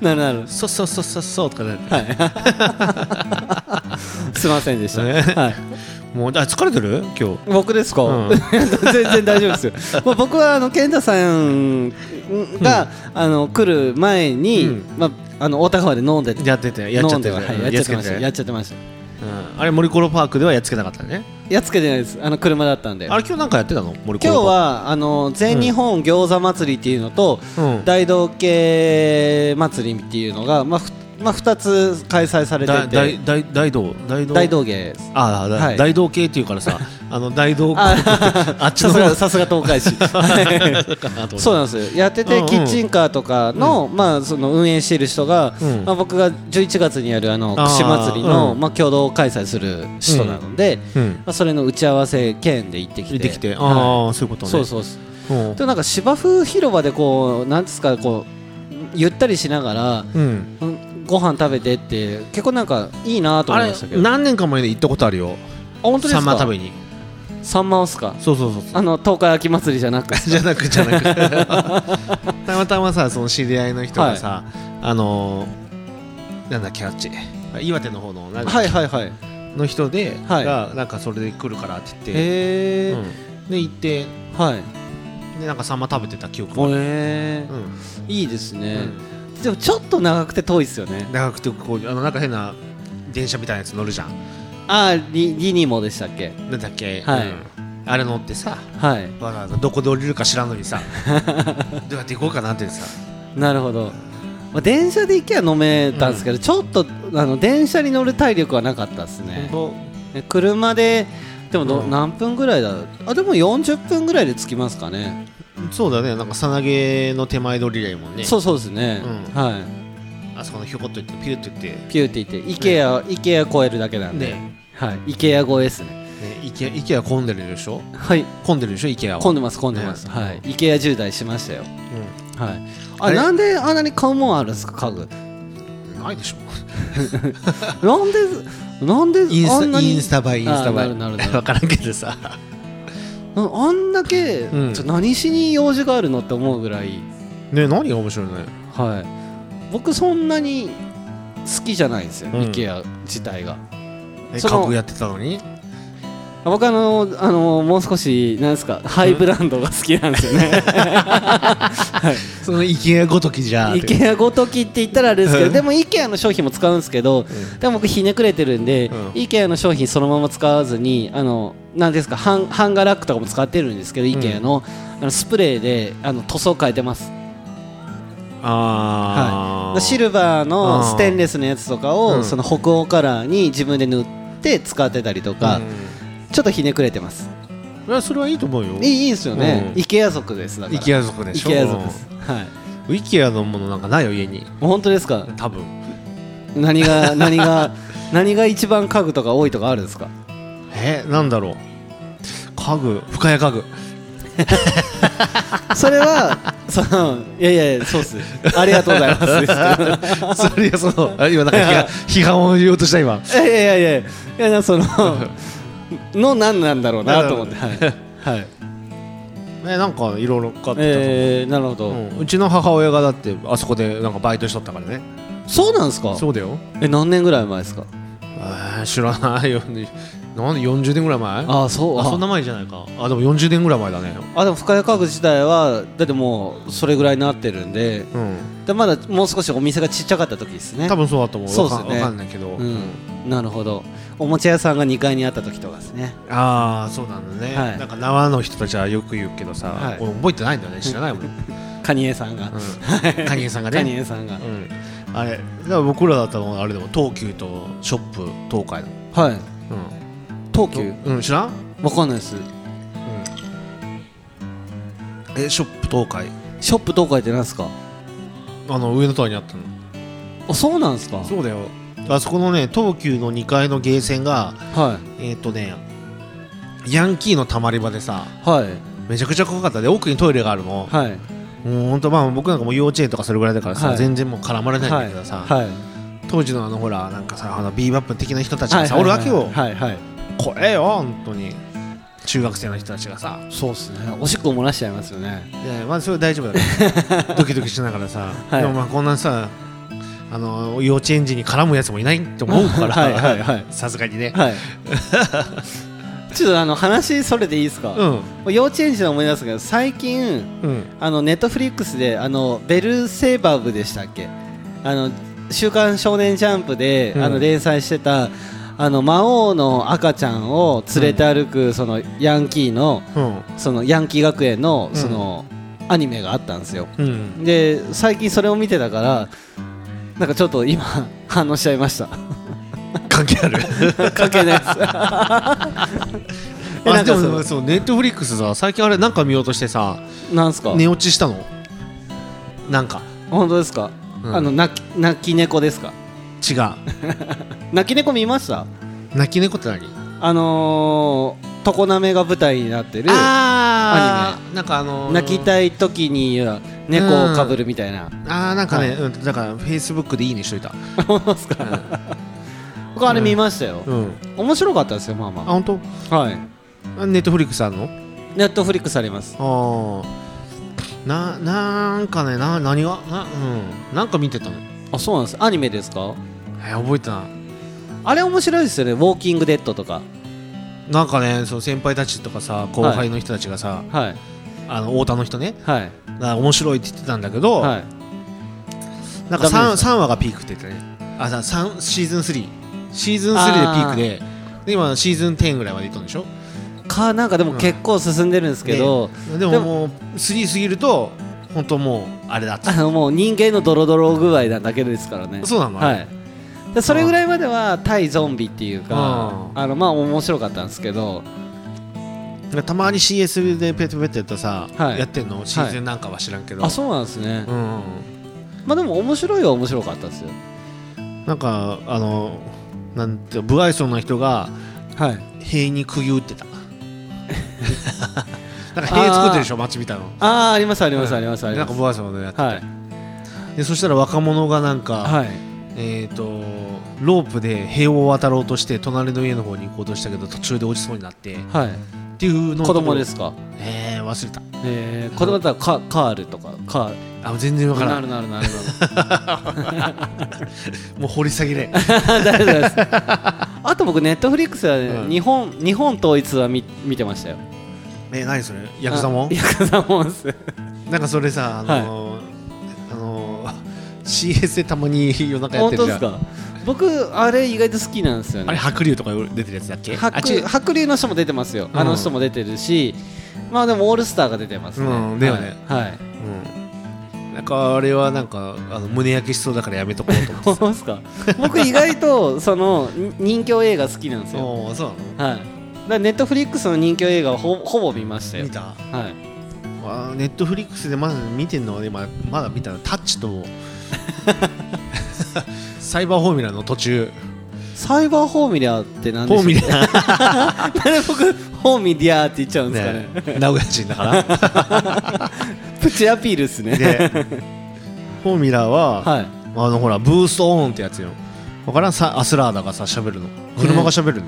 S2: なるなる
S3: そうそうそうそうそうとかな る
S2: すいませんでした、
S3: ね
S2: はい、
S3: もうあ疲れてる今日
S2: 僕ですか、
S3: うん
S2: 全然大丈夫ですよ、まあ、僕はあの健太さんが、あの来る前に、
S3: うん
S2: まあ、あの太田川で飲んで
S3: やっててや
S2: 飲
S3: っちゃっ
S2: ん
S3: て
S2: で
S3: た
S2: は
S3: よ
S2: い
S3: うん
S2: やっちゃってま
S3: や
S2: し
S3: っ
S2: たた
S3: よ
S2: やっちゃってました
S3: うんあれ森コロパークではやっつけなかったね
S2: やっつけてないですあの車だったんで
S3: あれ今日なんかやってたの森コ
S2: 今日
S3: ロパー
S2: はあの全日本餃子祭りっていうのと、
S3: ク今
S2: 大道系祭りっていうのが、まあふまあ、2つ開催されて
S3: 大
S2: て
S3: 大大大道大道
S2: 大道芸です
S3: ああ、だ
S2: はい
S3: 大道系っていうからさあの大道
S2: あ
S3: あっち
S2: さ
S3: の
S2: す
S3: 方
S2: が さすが東海市 そうなんですよやってて、
S3: うんうん
S2: キッチンカーとかの,、まあ、その運営している人が、
S3: うん
S2: まあ、僕が11月にやるあの
S3: あー
S2: 串祭りの
S3: うん
S2: まあ、共同開催する人なので、
S3: うん
S2: まあ、それの打ち合わせ兼で行ってきて
S3: 出てきてあ
S2: は
S3: あ、そういうこ
S2: い
S3: とね
S2: そうそうそう
S3: うん
S2: でもなんか芝生広場でこうなんですかこうゆったりしながら、
S3: うん
S2: うんご飯食べてって結構なんかいいなと
S3: あ
S2: 思い
S3: れ
S2: ましたけどあ
S3: 何年か前に行ったことあるよ
S2: 本当ですか
S3: サンマ食べに
S2: サンマをっすか
S3: そうそうそうそう
S2: あの東海秋祭りじゃなく
S3: じゃなくじゃなく たまたまさその知り合いの人がさ、あのー、なんだっけあっち岩手の方のなんか
S2: はいはいはい
S3: の人で、
S2: はい
S3: がなんかそれで来るからって言って、
S2: へえ、
S3: うんで行って
S2: はい
S3: でなんかサンマ食べてた記憶がある、
S2: え
S3: う
S2: ー、
S3: ん
S2: いいです
S3: う
S2: ね
S3: ん、
S2: でもちょっと長くて遠いですよね
S3: 長くてこうあのなんか変な電車みたいなやつ乗るじゃん
S2: あーリリニモでしたっけ
S3: なんだっけ、
S2: はい
S3: うんあれ乗ってさ
S2: はい
S3: わざわざどこで降りるか知らんのにさどうやって行こうかなってさ
S2: なるほど、まあ、電車で行けば飲めたんですけど、ちょっとあの電車に乗る体力はなかったですね
S3: 本
S2: え車ででもど、
S3: うん
S2: 何分ぐらいだあでも40分ぐらいで着きますかね
S3: 当そうだねなんかさなげの手前で降りりゃいいもんね
S2: そうそうですね、
S3: うん
S2: はい
S3: あそこのひょこっと行ってピュッと行って
S2: ピューって言って IKEA、IKEA 超えるだけなんで、
S3: ね
S2: はい、IKEA 超えですね
S3: ねイケアイケア混んでるでしょ
S2: はい
S3: 混んでるでしょイケアは
S2: 混んでます混んでます、
S3: ね
S2: はい、IKEA 渋滞しましたよ
S3: う
S2: はいあ
S3: あれ
S2: なんであんなに買うもんあるんですか 家具
S3: んないでしょ
S2: なんでなんで
S3: イ ン
S2: あん
S3: スタ
S2: な
S3: イ
S2: に
S3: ンスタ映えインスタ
S2: あな
S3: 映え
S2: るなるなる
S3: わからんけどさ
S2: あんだけ、
S3: うん
S2: ちょ何しに用事があるのって思うぐらい
S3: ね何が面白いのね
S2: はい僕そんなに好きじゃないんですよ、
S3: うん
S2: IKEA 自体が
S3: え
S2: その
S3: 家具やってたのに
S2: あ僕あのあのもう少しなんですかハイブランドが好きなんですよ ね
S3: そのイケアごときじゃ
S2: IKEA ごときって言ったらあれですけ
S3: う
S2: ど
S3: ん
S2: でも IKEA の商品も使うんですけど、
S3: ん
S2: でも僕ひねくれてるんで、
S3: うん
S2: IKEA の商品そのまま使わずにあのなんですかハンハンガーラックとかも使ってるんですけど IKEA の,、あのスプレーであの塗装変えてます
S3: あ
S2: シルバー
S3: あ
S2: の
S3: ー
S2: ステンレスのやつとかを、
S3: うん
S2: その北欧カラーに自分で塗って使ってたりとか、ちょっとひねくれてます
S3: いやそれはいいと思うよ
S2: いいいいですよね、
S3: うん
S2: IKEA 族ですだから
S3: イケア族でしょ
S2: IKEA 族ですはい
S3: うんイケアのものなんかないよ家に
S2: もう本当ですか
S3: 多分
S2: 何 が何が何が一番家具とか多いとかあるんですか
S3: えなんだろう 家具深谷家具
S2: それはそのいやいやいやそうっすありがとうございますです
S3: それいやそのあ今なんか批 判批判を言おうとした今
S2: けどいやいやいやいやいやそ のの何なんだろうなと思ってはい、 はい、
S3: えなんかいろいろ買ってたと思う、
S2: えー、なるほど、
S3: うんうちの母親がだってあそこでなんかバイトしとったからね
S2: そうなんですか
S3: そうだよ
S2: え何年ぐらい前ですか
S3: えー知らないよ ねなんで40年ぐらい前
S2: ああそう
S3: あ
S2: あ
S3: そんな前じゃないかあでも40年ぐらい前だね
S2: あでも深谷家具自体はだってもうそれぐらいになってるんで
S3: うん
S2: でまだもう少しお店がちっちゃかった時ですね
S3: 多分そうだと思う
S2: そうですね
S3: わかわかんないけど、
S2: うん、なるほどおもちゃ屋さんが2階にあった時とかですね
S3: ああそうなんだね、
S2: はい
S3: なんか縄の人たちはよく言うけどさ、
S2: はい
S3: 俺覚えてないんだよね知らないも ん、うん、
S2: カニエさんが、
S3: カニエさんが
S2: カニ
S3: ね
S2: エさんが
S3: う、んあれだから僕らだったらあれでも東急とショップ東海の
S2: はい東急
S3: うん、うん、知らん、
S2: わかんないです
S3: えショップ東海
S2: ショップ東海ってなんですか
S3: あの上の塔にあったの
S2: あそうなんですか
S3: そうだよあそこのね東急の2階のゲーセンが
S2: は
S3: えっ、とねヤンキーのたまり場でさ
S2: いはい
S3: めちゃくちゃ怖かったで奥にトイレがあるの、
S2: はい
S3: もう本当まあ僕なんかもう幼稚園とかそれぐらいだからさ、
S2: はい
S3: 全然もう絡まれないんだけどさ、
S2: はい
S3: 当時のあのほらなんかさあのビーバップ的な人たち
S2: は
S3: が
S2: い
S3: さおるわけよ、
S2: はいはい
S3: これよ本当に中学生の人たちがさ
S2: そうですねおしっこ漏らしちゃいますよね
S3: いやまあそれ大丈夫 だからドキドキしながらさ、
S2: はい
S3: でもまあこんなさあの幼稚園児に絡むやつもいないと思うから
S2: はいはいはい
S3: さすがにね、
S2: はいちょっとあの話それでいいですか、
S3: うん
S2: 幼稚園児の思い出すけど最近
S3: うん
S2: あのネットフリックスであのベルセーバー部でしたっけあの週刊少年ジャンプで、
S3: うん
S2: あの連載してたあの魔王の赤ちゃんを連れて歩く、そのヤンキーの
S3: うん
S2: そのヤンキー学園の
S3: うん
S2: その、アニメがあったんですよ
S3: うん
S2: で最近それを見てたからなんかちょっと今 反応しちゃいま した
S3: 関係 ある
S2: 関係ないですえな
S3: あ
S2: ん
S3: で
S2: か
S3: も
S2: そ
S3: そうネットフリックスさ最近あれなんか見ようとしてさ
S2: うなんすか、
S3: 寝落ちしたのなんか、
S2: 本当ですか、
S3: うん
S2: あの泣き泣き猫ですか
S3: 違う
S2: 泣き猫見ました
S3: 泣き猫って何
S2: あのー、常滑が舞台になってる
S3: あーなんかあのー
S2: 泣きたい時に言う猫をかぶるみたいな、
S3: あーなんかね、うん、だからフェイスブックでいいにしといた、
S2: 思いますか、僕あれ見ましたよ、
S3: うん、
S2: 面白かったですよまあ
S3: あ
S2: ま
S3: 本当
S2: あはい
S3: あネットフリックスあるの
S2: ネットフリックスあります
S3: ああななんかねな何がな,、うん、なんか見てたの
S2: あそうなんですアニメですか
S3: え覚えてない
S2: あれ面白いですよね「ウォーキングデッド」とか
S3: なんかねその先輩たちとかさ後輩の人たちがさ、
S2: はい
S3: あの太田の人ね
S2: はい
S3: が面白いって言ってたんだけど、
S2: はい
S3: なんか
S2: ダメ
S3: 3,
S2: です
S3: 3話がピークって言ってたねあさ三シーズン3シーズン3でピークでで今シーズン10ぐらいまでいったんでしょ
S2: かなんかでも結構進んでるんですけど、
S3: でも
S2: で
S3: もう3過ぎると本当もうあれだって
S2: あのもう人間のドロドロ具合なだけですからね
S3: そうなの、
S2: はい、でそれぐらいまでは対ゾンビっていうか
S3: うん
S2: あのまあ面白かったんですけど
S3: なんかたまに CS でペテペテやったさ、
S2: はい
S3: やってんのシーズンなんかは知らんけど、
S2: あそうなんですね
S3: うん
S2: まあでも面白いは面白かったですよ
S3: なんかあのなんて不愛想な人が
S2: はい
S3: 塀に釘打っ てたなんか塀作ってるでしょ街みたいなの
S2: ああありますありますありますあ
S3: で
S2: り
S3: なん
S2: ま
S3: か
S2: す
S3: 不愛想なやつ
S2: はい
S3: でそしたら若者がなんか、
S2: はい
S3: えっ、とロープで塀を渡ろうとして隣の家の方に行こうとしたけど途中で落ちそうになってっ
S2: はい
S3: ていうのを
S2: 子供ですか
S3: えー、忘れた
S2: えー子供だったらカカールとかカール
S3: あ全然わから
S2: なんるなるなる
S3: もう掘り下 げれ
S2: なる大丈夫 ですあと僕ネットフリックスはね
S3: うん
S2: 日本日本統一は見見てましたよ
S3: え何それヤクザもん
S2: あヤクザモンス
S3: なんかそれさ、あのーあのー CS でたまに夜中やっ
S2: 本
S3: て
S2: 当
S3: るじ
S2: で
S3: ゃ
S2: す
S3: ん。
S2: か僕あれ意外と好きなんですよね
S3: あれ白龍とか出てるやつだっけ？あ
S2: 白
S3: 違う
S2: 白龍の人も出てますよ、
S3: うん
S2: あの人も出てるしまあでもオールスターが出てますね、
S3: うんだよね
S2: はい、はい
S3: うん。なんかあれはなんかあの胸焼けしそうだからやめとこうと 思って
S2: 本当ですか 僕意外とそのに人形映画好きなんです
S3: さ。
S2: よ
S3: おお、そう
S2: はいだネットフリックスの人形映画をほほぼ見ました
S3: なの？
S2: よ
S3: 見、た？
S2: はい、
S3: あネットフリックスでまだ見てんのはねまだまだ見たのタッチと サイバーフォーミュラの途中。
S2: サイバーホーミリアって何
S3: フ
S2: で
S3: ォ
S2: す
S3: ー
S2: か
S3: ミュラ
S2: なんで僕ホーミリアって言っちゃうんですかね
S3: ね、名古屋人だから。
S2: プチアピールですね
S3: で、フォーミュラは。
S2: はい
S3: あのほらブーストオンってやつよわからんさアスラーダがさ喋るの車が喋るの、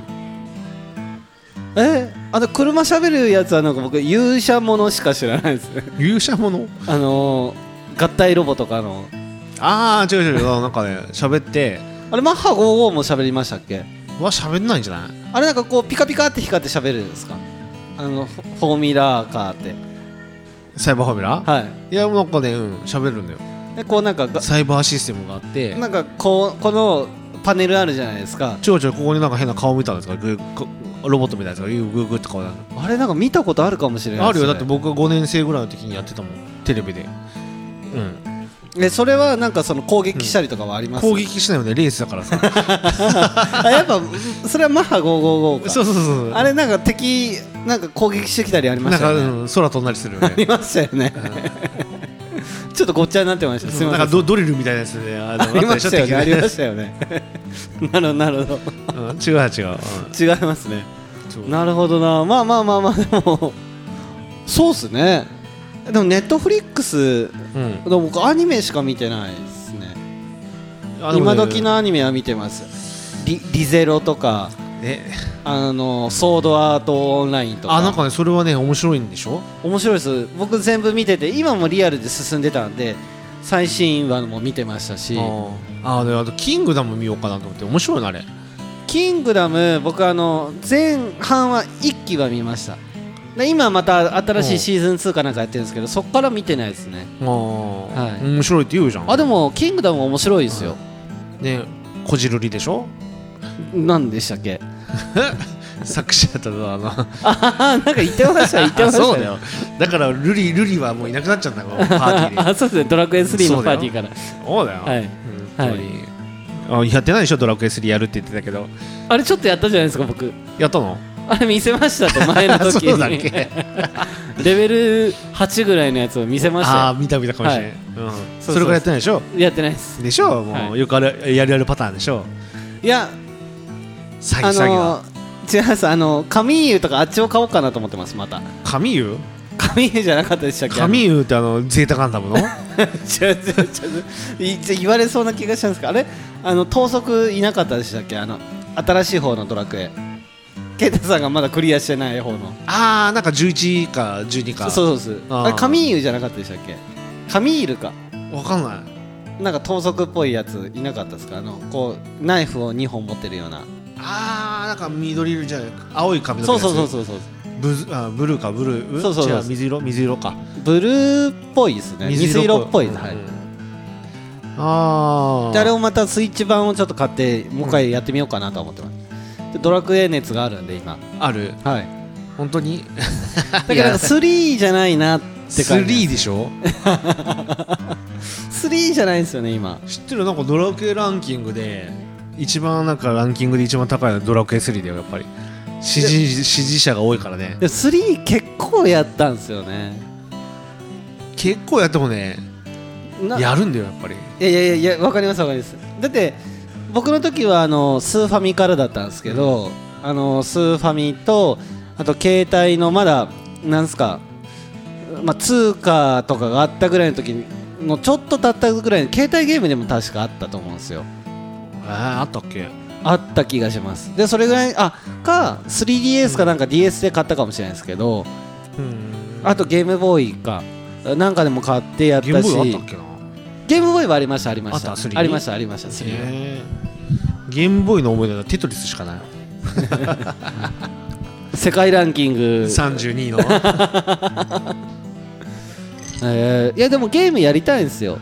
S2: えあの車しゃべるやつはなんか僕勇者ものしか知らない ですね
S3: 勇者もの
S2: あのー、合体ロボとかの
S3: ああ違う違う違うあのなんかね喋って
S2: あれマッハ55も喋りましたっけ
S3: は喋んないんじゃない
S2: あれなんかこうピカピカって光って喋るんですかあのフォフォーミュラーカーって
S3: サイバーファミラ
S2: はい
S3: いやなんかねうん喋るんだよ
S2: でこう なんかが
S3: サイバーシステムがあって
S2: なんかこうこのパネルあるじゃないですか
S3: ちょいちょいここになんか変な顔見たんですかグーこロボットみたいなやつがグーグーグーって顔なの
S2: あれなんか見たことあるかもしれない
S3: あるよだって
S2: そ
S3: 僕が5年生ぐらいの時にやってたもんテレビでうん
S2: れえそれはなんかその攻撃したりとかはあります、
S3: 攻撃しないよねレースだからさ
S2: あやっぱそれはマッハ555か
S3: そうそうそうそう
S2: あれなんか敵なんか攻撃してきたりありま
S3: な
S2: し
S3: ん
S2: た
S3: か、
S2: よね
S3: うん、空飛んだり するよね
S2: ありましたよねちょっとごっちゃになってましたす
S3: そ
S2: いうま
S3: なん
S2: せ
S3: か
S2: ん
S3: ドドリルみたいなやつであ の
S2: ありましたよねありま
S3: し
S2: したよね なるほどなるほど
S3: たよねうん違う違
S2: 違
S3: う、
S2: いますね
S3: うんそう
S2: なるほどなまあまあまあまあでもそうっすねでもネットフリックス
S3: うん
S2: 僕アニメしか見てないですね
S3: あでもね
S2: 今時のアニメは見てますリリゼロとか
S3: ね
S2: あのソードアートオンラインとか
S3: あなんかねそれはね面白いんでしょ
S2: 面白いです僕全部見てて今もリアルで進んでたんで最新話も見てましたし
S3: ああであと「キングダム」見ようかなと思って面白いなあれ
S2: 「キングダム」僕あの前半は1期は見ましたで今また新しいシーズン2かなんかやってるんですけどそこから見てないですね
S3: あ、はい面白いって言うじゃん
S2: あでも「キングダム」面白いですよ
S3: ねこじるりでしょ
S2: 何でしたっけ
S3: 作者だったな
S2: ああなんか言ってました言ってま
S3: あ
S2: した
S3: そうだよだからルリルリはもういなくなっちゃったからパーティーで
S2: あそうですねドラクエ3のパーティーから
S3: そうだよ、
S2: はいはい
S3: はい、あやってないでしょドラクエ3やるって言ってたけど
S2: あれちょっとやったじゃないですか僕
S3: やったの
S2: あれ見せました って前の
S3: あ
S2: 時
S3: そうだっ
S2: に
S3: け
S2: レベル8ぐらいのやつを見せました
S3: あ
S2: よ
S3: ー見た見たかもしれない、うん、
S2: そうそうそう
S3: それからやってないでしょ
S2: やってないです
S3: でしょもう、
S2: は
S3: よくあるやるやるパターンでしょ
S2: いや
S3: 詐欺
S2: あ
S3: 詐欺
S2: の
S3: は
S2: 違いますあの神湯とかあっちを買おうかなと思ってますまた
S3: 神湯
S2: 神湯じゃなかったでしたっけ
S3: 神湯ってあのゼータガンダ ムの
S2: 違う違う違うい言われそうな気がしたんですけどあれあの盗賊いなかったでしたっけあの新しい方のドラクエ啓太さんがまだクリアしてない方の
S3: ああなんか11か12か
S2: そうそうです
S3: あー
S2: あれ神湯じゃなかったでしたっけ神湯か
S3: わかんない
S2: なんか盗賊っぽいやついなかったですかあのこうナイフを2本持ってるような
S3: ああなんか緑色じゃない青い髪の毛
S2: そ
S3: の
S2: う
S3: やつ
S2: そうそうそうそう
S3: ブズあブルーかブルー
S2: そうそうそう
S3: 違水色水色か
S2: ブルーっぽいですね水色っぽいです、はい
S3: うんああ
S2: であれをまたスイッチ版をちょっと買ってもう一回やってみようかなとは思ってますでドラクエ熱があるんで今
S3: ある
S2: はい
S3: 本当に
S2: だけどなんか3じゃないなって感じ
S3: 3でしょ
S2: 3じゃないんですよね今
S3: 知ってるなんかドラクエランキングで一番なんかランキングで一番高いのはドラクエ3だよやっぱり支持支持者が多いからね
S2: でも3結構やったんですよね
S3: 結構やってもね
S2: な
S3: やるんだよやっぱり
S2: いやいやいやわかりますわかりますだって僕の時はあのスーファミからだったんですけど、あのスーファミとあと携帯のまだなんすか、まあ、通貨とかがあったぐらいの時のちょっと経ったぐらいの携帯ゲームでも確かあったと思うんですよ
S3: あーあったっけ
S2: あった気がしますでそれぐらいあか 3DS かなんか DS で買ったかもしれないですけど、
S3: うん
S2: あとゲームボーイかなんかでも買ってやったし
S3: ゲームボーイあったっけな
S2: ゲームボーイはありましたありました
S3: あった3
S2: りましたありました3は
S3: へーゲームボーイの思い出はテトリスしかない
S2: 世界ランキング、
S3: 32位の
S2: えーいやでもゲームやりたいんですよ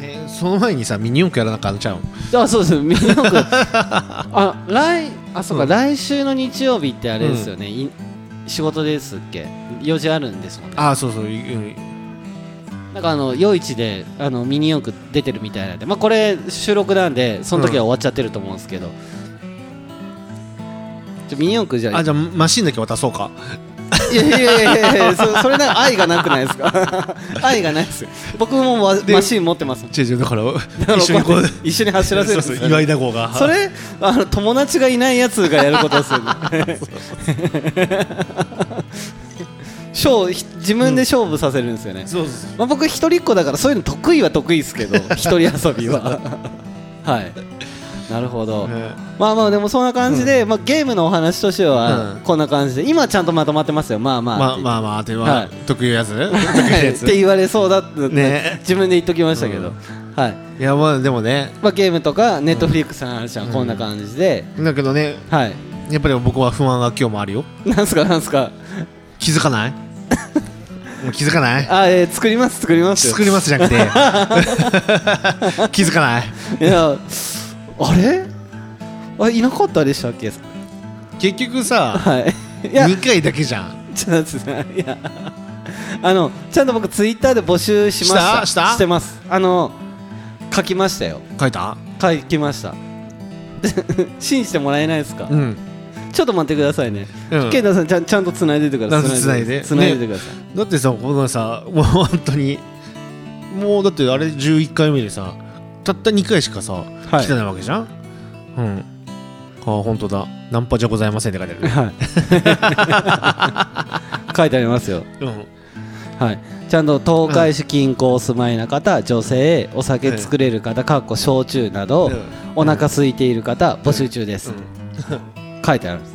S3: ねその前にさミニ四駆やらなかっちゃう
S2: あそうですミニ 四駆あ来あそうか、来週の日曜日ってあれですよね、い仕事ですっけ用事あるんですもんね
S3: ああそうそう、うん
S2: なんかあの夜市であのミニ四駆出てるみたいなんで、まあ、これ収録なんでその時は終わっちゃってると思うんですけど、じゃミニ四駆じゃ
S3: あじゃあマシンだけ渡そうか
S2: いやいやいやいやいやそそれなんか愛がなくないです か愛がないですよ僕もわ
S3: で
S2: マシン持ってます
S3: 違う違うだから一緒にこう
S2: 一緒に走らせるんです
S3: そう
S2: よ
S3: そう岩井田剛 が
S2: それあの友達がいないやつがやることですよ ね 勝負ひ自分で勝負させるんですよね、
S3: そうそう
S2: まあ、僕一人っ子だからそういうの得意は得意です けど一人遊びははいなるほど、
S3: そうね
S2: まあまあでもそんな感じで、まあ、ゲームのお話としては
S3: うん
S2: こんな感じで今はちゃんとまとまってますよまあまあ
S3: まあ
S2: あ
S3: まあまあ当て
S2: は
S3: はい得意やつ得意
S2: っ
S3: なやつ
S2: て言われそうだって、
S3: ね
S2: 自分で言っときましたけど、
S3: うん
S2: はい
S3: いやまあでもね
S2: まあ、ゲームとかネットフリックスの話はこんな感じで、
S3: だけどね
S2: はい
S3: やっぱり僕は不安が今日もあるよ
S2: なんすかなんすか
S3: 気づかない もう気づかない
S2: あ、えー、作ります作りますよ
S3: 作りますじゃなく て気づかない
S2: いやあれあれいなかったでしたっけ
S3: 結局さ
S2: はいいや
S3: 2回だけじゃん
S2: ちょっと待ってくださいいやあのちゃんと僕ツイッターで募集しました
S3: したした
S2: してますあの書きましたよ
S3: 書いた
S2: 書きました 信じてもらえないですか、
S3: うん
S2: ちょっと待ってくださいね、
S3: うん
S2: 健太さんちゃんちゃんとつないでてください
S3: ちゃんと繋いで
S2: つないでてください、
S3: だってさこのさもう本当にもうだってあれ11回目でさたった2回しかさ、
S2: い
S3: 来てないわけじゃんうんあ本当だナンパじゃございませんって書いてあ
S2: はい書いてありますよ
S3: るうん
S2: はい、ちゃんと東海市近郊お住まいな方女性お酒作れる方かっこ焼酎など
S3: うん
S2: お腹空いている方募集中です書いてあるんです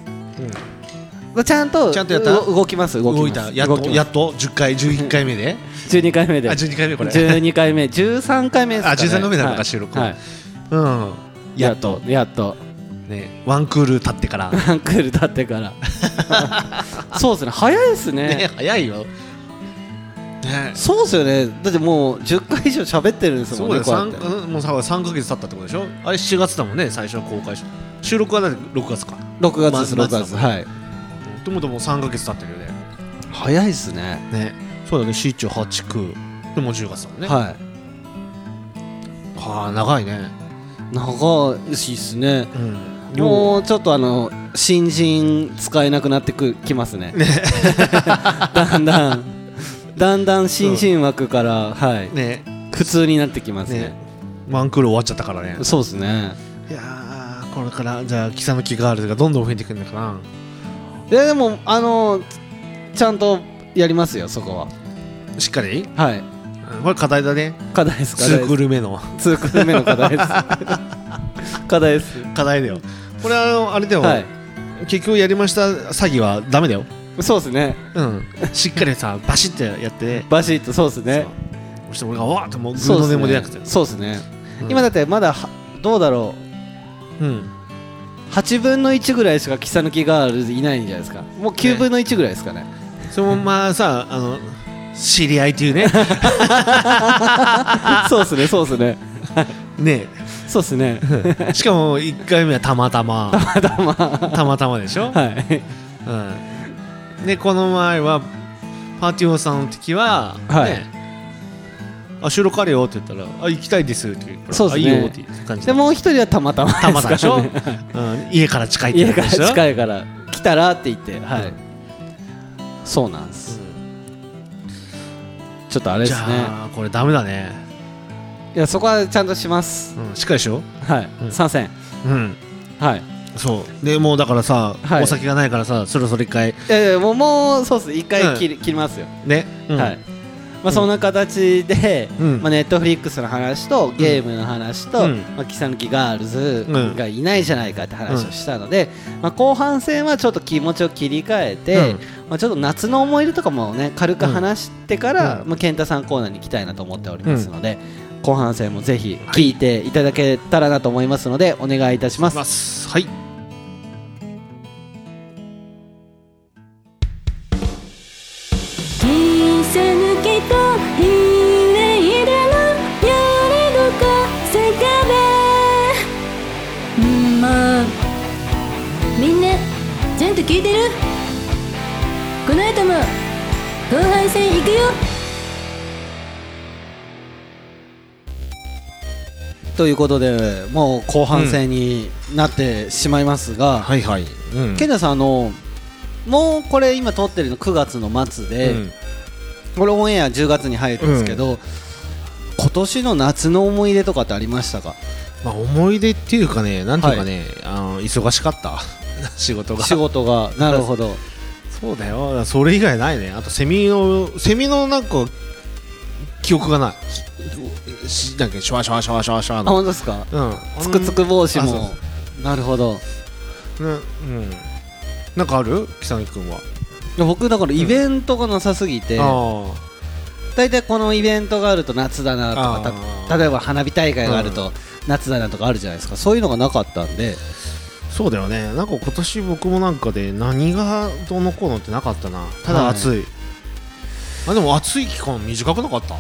S2: まあちゃんと
S3: ちゃんとやった
S2: う動きます動
S3: 動
S2: き
S3: い
S2: ま
S3: た
S2: す
S3: やっ
S2: 動
S3: と
S2: き
S3: や
S2: ま
S3: っと10回11回目で
S2: す12回目で
S3: あ
S2: す
S3: 12回目これ
S2: 12回目13回目ですかね
S3: あ13回目なのか
S2: はい
S3: 収録
S2: はい
S3: うん
S2: やっとやっと
S3: ねワンクール経ってから
S2: ワンクール経ってから そうですね早いですね
S3: ね早いよね
S2: そうですよねだってもう10回以上喋ってるんです
S3: そ
S2: も
S3: うんだ
S2: ねこ
S3: よ
S2: うやっ
S3: 三
S2: て
S3: うんもうさ3か月経ったってことでしょあれ7月だもんね最初の公開し収録は何6月か
S2: 6月です
S3: ま
S2: 6月
S3: ま
S2: はい
S3: ともともう3か月経ってるよね
S2: 早いですね
S3: ねそうだね4 8 9でもう10月だもんね
S2: は
S3: はあ長いね
S2: い長いしですね
S3: うんも
S2: もうちょっとあの新人使えなくなってくきます ねだんだんだんだん新人枠から、はいう
S3: ね
S2: 普通になってきます
S3: ね
S2: ね
S3: ワンクール終わっちゃったからね
S2: そうですね
S3: いやーこれからじゃあキサの木ガールズがどんどん増えてくるのかない
S2: やでもあのちゃんとやりますよそこは
S3: しっかり
S2: はい
S3: うんこれ課題だね
S2: 課題です課題
S3: 2
S2: で
S3: クール目の
S2: す2クール目の課題です 課題です
S3: 課題だよこれあのあれだよ、
S2: はい
S3: 結局やりました詐欺はダメだよ
S2: そうですね
S3: うん しっかりさバシッてやって
S2: バシッとそうですね
S3: そうそして俺がわーってもうグ
S2: そう
S3: ー
S2: です
S3: の音も出
S2: ね
S3: なくて、
S2: そうですね
S3: うん
S2: 今だってまだはどうだろう
S3: うん
S2: 8分の1ぐらいしかキサヌキガールズいないんじゃないですかもう9分の1ぐらいですかね
S3: そのままさあの知り合いっていう ね
S2: そうですねそうですね
S3: ね
S2: そうですね
S3: しかも1回目はたまたま
S2: まだま
S3: たまたまでしょ、
S2: あはい
S3: うん、でこの前はパーティーオーさんの時は、
S2: はい
S3: ねあ収録あるよって言ったら「あ行きたいです」って言うから
S2: そうですね
S3: あいいよ」っていう感じ
S2: でもう一人はたまたま
S3: たまたまでしょ、
S2: すからね
S3: うん、家から近いって
S2: 家か
S3: こと
S2: ら
S3: でしょい、
S2: 近いから来たらって言って
S3: うん
S2: はいそうなんですちょっとあれ
S3: うん
S2: で
S3: じ
S2: すね
S3: ゃあこれダメだね、
S2: いやそこはちゃんとします
S3: うん、しっかりしよ
S2: はい
S3: うん
S2: 参戦
S3: ううん
S2: はい
S3: そうでもうだからさ、
S2: はい
S3: お酒がないからさそろそろ一回
S2: いやいやもうもうそうっす一回切り切りますよ
S3: ね、うん
S2: はい、まあ、そんな形で、
S3: うん
S2: まあ、ネットフリックスの話とゲームの話と、
S3: うん
S2: まあ、キサヌキガールズ
S3: うん
S2: がいないじゃないかって話をしたので、まあ、後半戦はちょっと気持ちを切り替えて、
S3: うん
S2: まあ、ちょっと夏の思い出とかもね軽く話してから、
S3: うん
S2: まあ、健太さんコーナーに行きたいなと思っておりますので、後半戦もぜひ聞いていただけたらなと思いますのでお願いいたします。
S3: ますはい
S4: 「切さ抜けたいいでのやれのかせかべ」んまあみんなちゃんと聞いてるこの後も後半戦行くよ
S2: ということでもう後半戦になってしまいますが、
S3: いはい、うん
S2: ケンダさんあのもうこれ今撮ってるの9月の末で、
S3: うん
S2: これオンエア10月に入るんですけど、今年の夏の思い出とかってありましたか
S3: まあ、思い出っていうかねなんていうかね、あの忙しかった 仕事が
S2: 仕事がなるほど
S3: そうだよそれ以外ないねあとセミのセミのなんか記憶がないしなんかシュワシュワシュワシュワシュワ
S2: あ
S3: の
S2: 本当ですか
S3: うん
S2: つくつく帽子
S3: あそう
S2: もなるほどい
S3: そうねうんなんかある木更木君は、
S2: や僕だからイベントがなさすぎて、
S3: あ
S2: 大体このイベントがあると夏だなと
S3: あ
S2: かた
S3: ー
S2: 例えば花火大会がある
S3: う
S2: と夏だなとかあるじゃないですかそういうのがなかったんで
S3: あそうだよねなんか今年僕もなんかで何がどうのこうのってなかったなただ暑い、あでも暑い期間短くなかった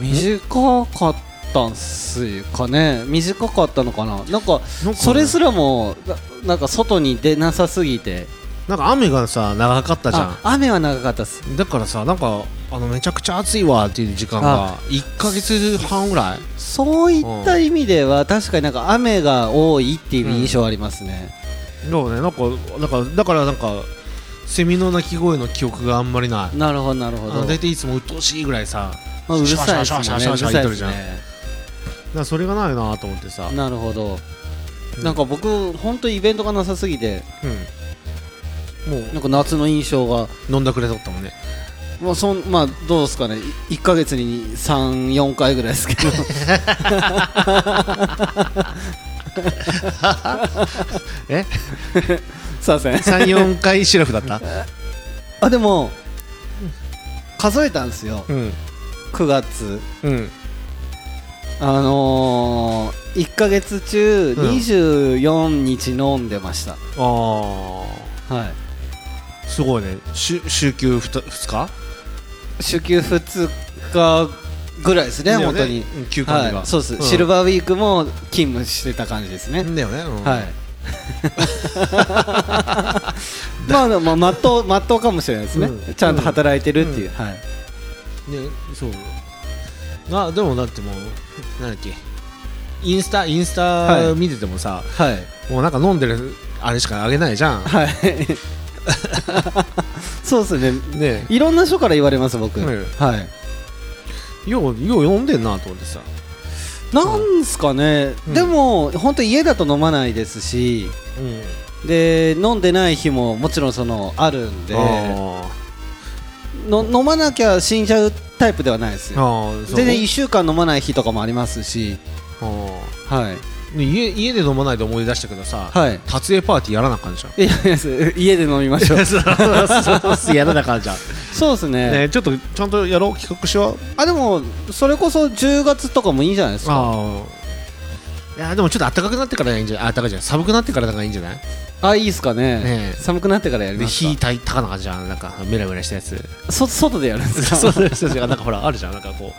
S2: 短かったんすかね短かったのかななんか
S3: なんか
S2: それすらもななんか外に出なさすぎて
S3: なんか雨がさ長かったじゃん
S2: あ雨は長かったっす
S3: だからさなんかあのめちゃくちゃ暑いわっていう時間が1か月半ぐらい
S2: そういった意味では確かになんか雨が多いっていう印象ありますね、
S3: だからねなんかなんかだからなんかセミの鳴き声の記憶があんまりない
S2: なるほどなる
S3: あ
S2: ほど、
S3: の大体いつも鬱陶しいぐらいさ
S2: まあ、うるさいですもん
S3: シ
S2: ね
S3: ャワ
S2: う
S3: シャ
S2: る
S3: ワシャワシャワシャ
S2: さ
S3: ワ
S2: い
S3: 言っ
S2: で
S3: とるじ
S2: す
S3: ゃん
S2: ね
S3: だからそれがないなと思ってさ、
S2: なるほど、
S3: うん
S2: なんか僕本当イベントがなさすぎて
S3: うんもう
S2: なんか夏の印象が
S3: 飲んだくれとったもんね
S2: もうそんまあどうですかねい1か月に34回ぐらいですけ ど
S3: え
S2: すいません
S3: 三34回シラフだった
S2: あでも数えたんですよ
S3: うん
S2: 9月
S3: うん
S2: あのー、1か月中
S3: うん
S2: 24日飲んでました、
S3: あ
S2: はい
S3: あすごいね週週休 2, 2日
S2: 週休2日ぐらいですね
S3: だよ
S2: 本当に
S3: うん休館日
S2: は
S3: が
S2: い、そうです、
S3: ん
S2: シルバーウィークも勤務してた感じですね、
S3: だよねうん
S2: はい まあでもまっとうまっとうかもしれないですね、
S3: うん
S2: ちゃんと働いてるっていう、はい
S3: ねそうあでもだってもうなんだっけインスタインス
S2: は
S3: タ
S2: い
S3: 見ててもさ、
S2: はい
S3: もうなんか飲んでるあれしかあげないじゃん
S2: はい そうですね
S3: ね
S2: いろんな人から言われます僕、
S3: うん
S2: はい
S3: ようよう飲んでんなと思ってさ
S2: なんすかね、
S3: うん
S2: でも本当家だと飲まないですし
S3: うん
S2: で飲んでない日ももちろんそのあるんで
S3: あ
S2: の飲まなきゃ死んじゃうタイプではないです
S3: ー
S2: よ
S3: あーそう
S2: 全然1週間飲まない日とかもありますし
S3: あー
S2: はい
S3: ね家家で飲まないで思い出したけどさ、
S2: はい
S3: 撮影パーティーやらなあかんじゃん
S2: いやいやそう家で飲みましょう
S3: やらなあかんじゃん、
S2: そうですね
S3: ね、ちょっとちゃんとやろう企画しよう
S2: あでもそれこそ10月とかもいいんじゃないですか
S3: ああいやでもちょっと暖かくなってからがいいんじゃないあ暖かいじゃない寒くなってからがいいんじゃない
S2: あいいっすかね
S3: ねえ
S2: 寒くなってからやり
S3: で
S2: ますか
S3: 火たい高な感じじゃんなんかメラメラしたやつ
S2: そ外でやるんですか
S3: そうそうそうそうなんかほらあるじゃんなんかこ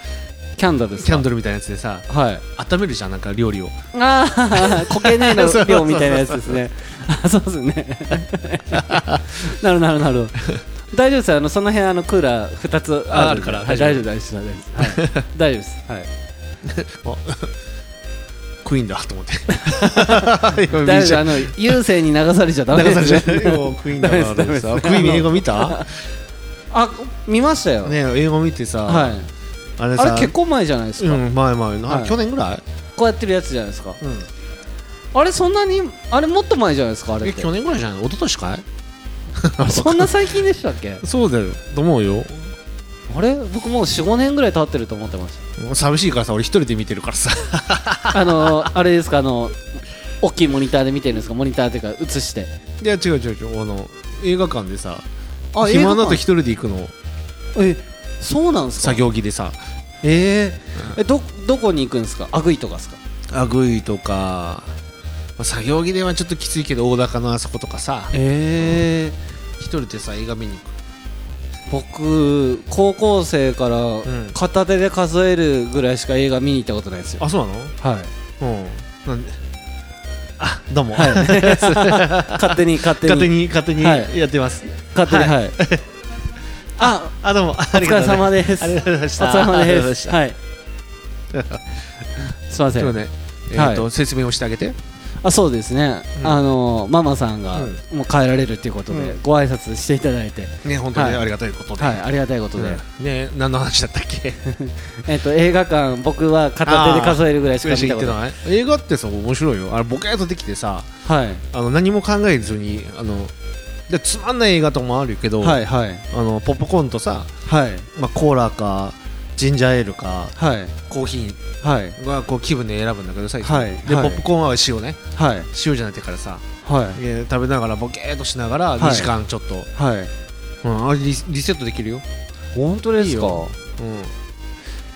S2: キャンドルで
S3: う
S2: す
S3: キャ
S2: か
S3: ンドルみたいなやつでさ
S2: はい
S3: 温めるじゃんなんか料理を
S2: ああ固形ないの
S3: そうそうそう
S2: 量みたいなやつです ねあそうですね なるなるなる大丈夫ですよあのその辺あのクーラー2つ
S3: あ
S2: ある
S3: ある
S2: んで
S3: から
S2: はい
S3: 大
S2: 大
S3: 丈
S2: 丈
S3: 夫
S2: 夫大丈夫大丈夫ですはい大丈夫ですはい
S3: クイーンだと 思って今
S2: 大丈夫
S3: 見
S2: あの郵政に流されちゃダメで
S3: ちゃう流 され
S2: す
S3: ちゃ う
S2: ね
S3: もうクイーンだなと思っ
S2: ダ
S3: て
S2: メ
S3: さ
S2: です
S3: ク
S2: ダ
S3: イ
S2: メです
S3: ーンの映画見た
S2: あ見ましたよ
S3: ね映画見てさ、
S2: はい
S3: あれ
S2: あ
S3: さ
S2: れ結構前じゃないですか
S3: うん前前、
S2: はい
S3: 去年ぐらい、
S2: こうやってるやつじゃないですか
S3: うん、
S2: あれそんなにあれもっと前じゃないですかあれ
S3: え
S2: って
S3: 去年ぐらいじゃない一昨年かい
S2: あそんな最近でしたっけ
S3: そうだよと思うよ
S2: あれ僕もう45年ぐらい経ってると思ってまし
S3: 寂しいからさ俺一人で見てるからさ
S2: たあのあれですかあの大きいモニターで見てるんですかモニターっていうか映して
S3: いや違う違う違うあの映画館でさ
S2: あ
S3: 暇だと一人で行くの
S2: えそうなんですか
S3: 作業着でさ
S2: えーえどどこに行くんですかアグイとかですか
S3: あぐいとか、まあ、作業着ではちょっときついけど大高のあそことかさ
S2: ええ
S3: 一人でさ映画見に行く
S2: 僕高校生から
S3: ん
S2: 片手で数えるぐらいしか映画見に行ったことないですよ、
S3: あそう
S2: はい
S3: なのうんなんであどうも、
S2: はい勝手に勝手に
S3: 勝手に勝手に
S2: はい
S3: やってます、
S2: 勝手にはい、あ
S3: あどうもお
S2: お疲れ様です
S3: ありがとうございました
S2: お疲れ様
S3: ありがとうござい
S2: で
S3: ますした
S2: はい すいませ
S3: でも
S2: ん
S3: ね、え
S2: はい
S3: ーと説明をしてあげて
S2: あそうですね、
S3: うん
S2: あのママさんが
S3: うん
S2: もう帰られるっていうことで、
S3: う
S2: ご挨拶していただいて、
S3: ね本当に
S2: はい
S3: ありがたいことで、
S2: はいありがたいことで、
S3: うんね何の話だったっけ
S2: えっと映画館僕は片手で数えるぐらいしか見たことない
S3: ない映画ってさ面白いよあれボケーっとできてさ
S2: はい
S3: あの何も考えずにあのでつまんない映画とかもあるけど、
S2: はいはい
S3: あのポップコーンとさ、
S2: はい
S3: まあ、コーラかジンジャーエールか
S2: はい
S3: コーヒ
S2: はい
S3: ーがこう気分で選ぶんだけど最初、
S2: はい
S3: で、
S2: はい
S3: ポップコーンは塩ね
S2: はい
S3: 塩じゃなくてからさ、
S2: はい
S3: えー食べながらボケーっとしながら
S2: い
S3: 2時間ちょっと、
S2: はい
S3: うん、あれリリセットできるよ、
S2: 本当ですか
S3: いいよ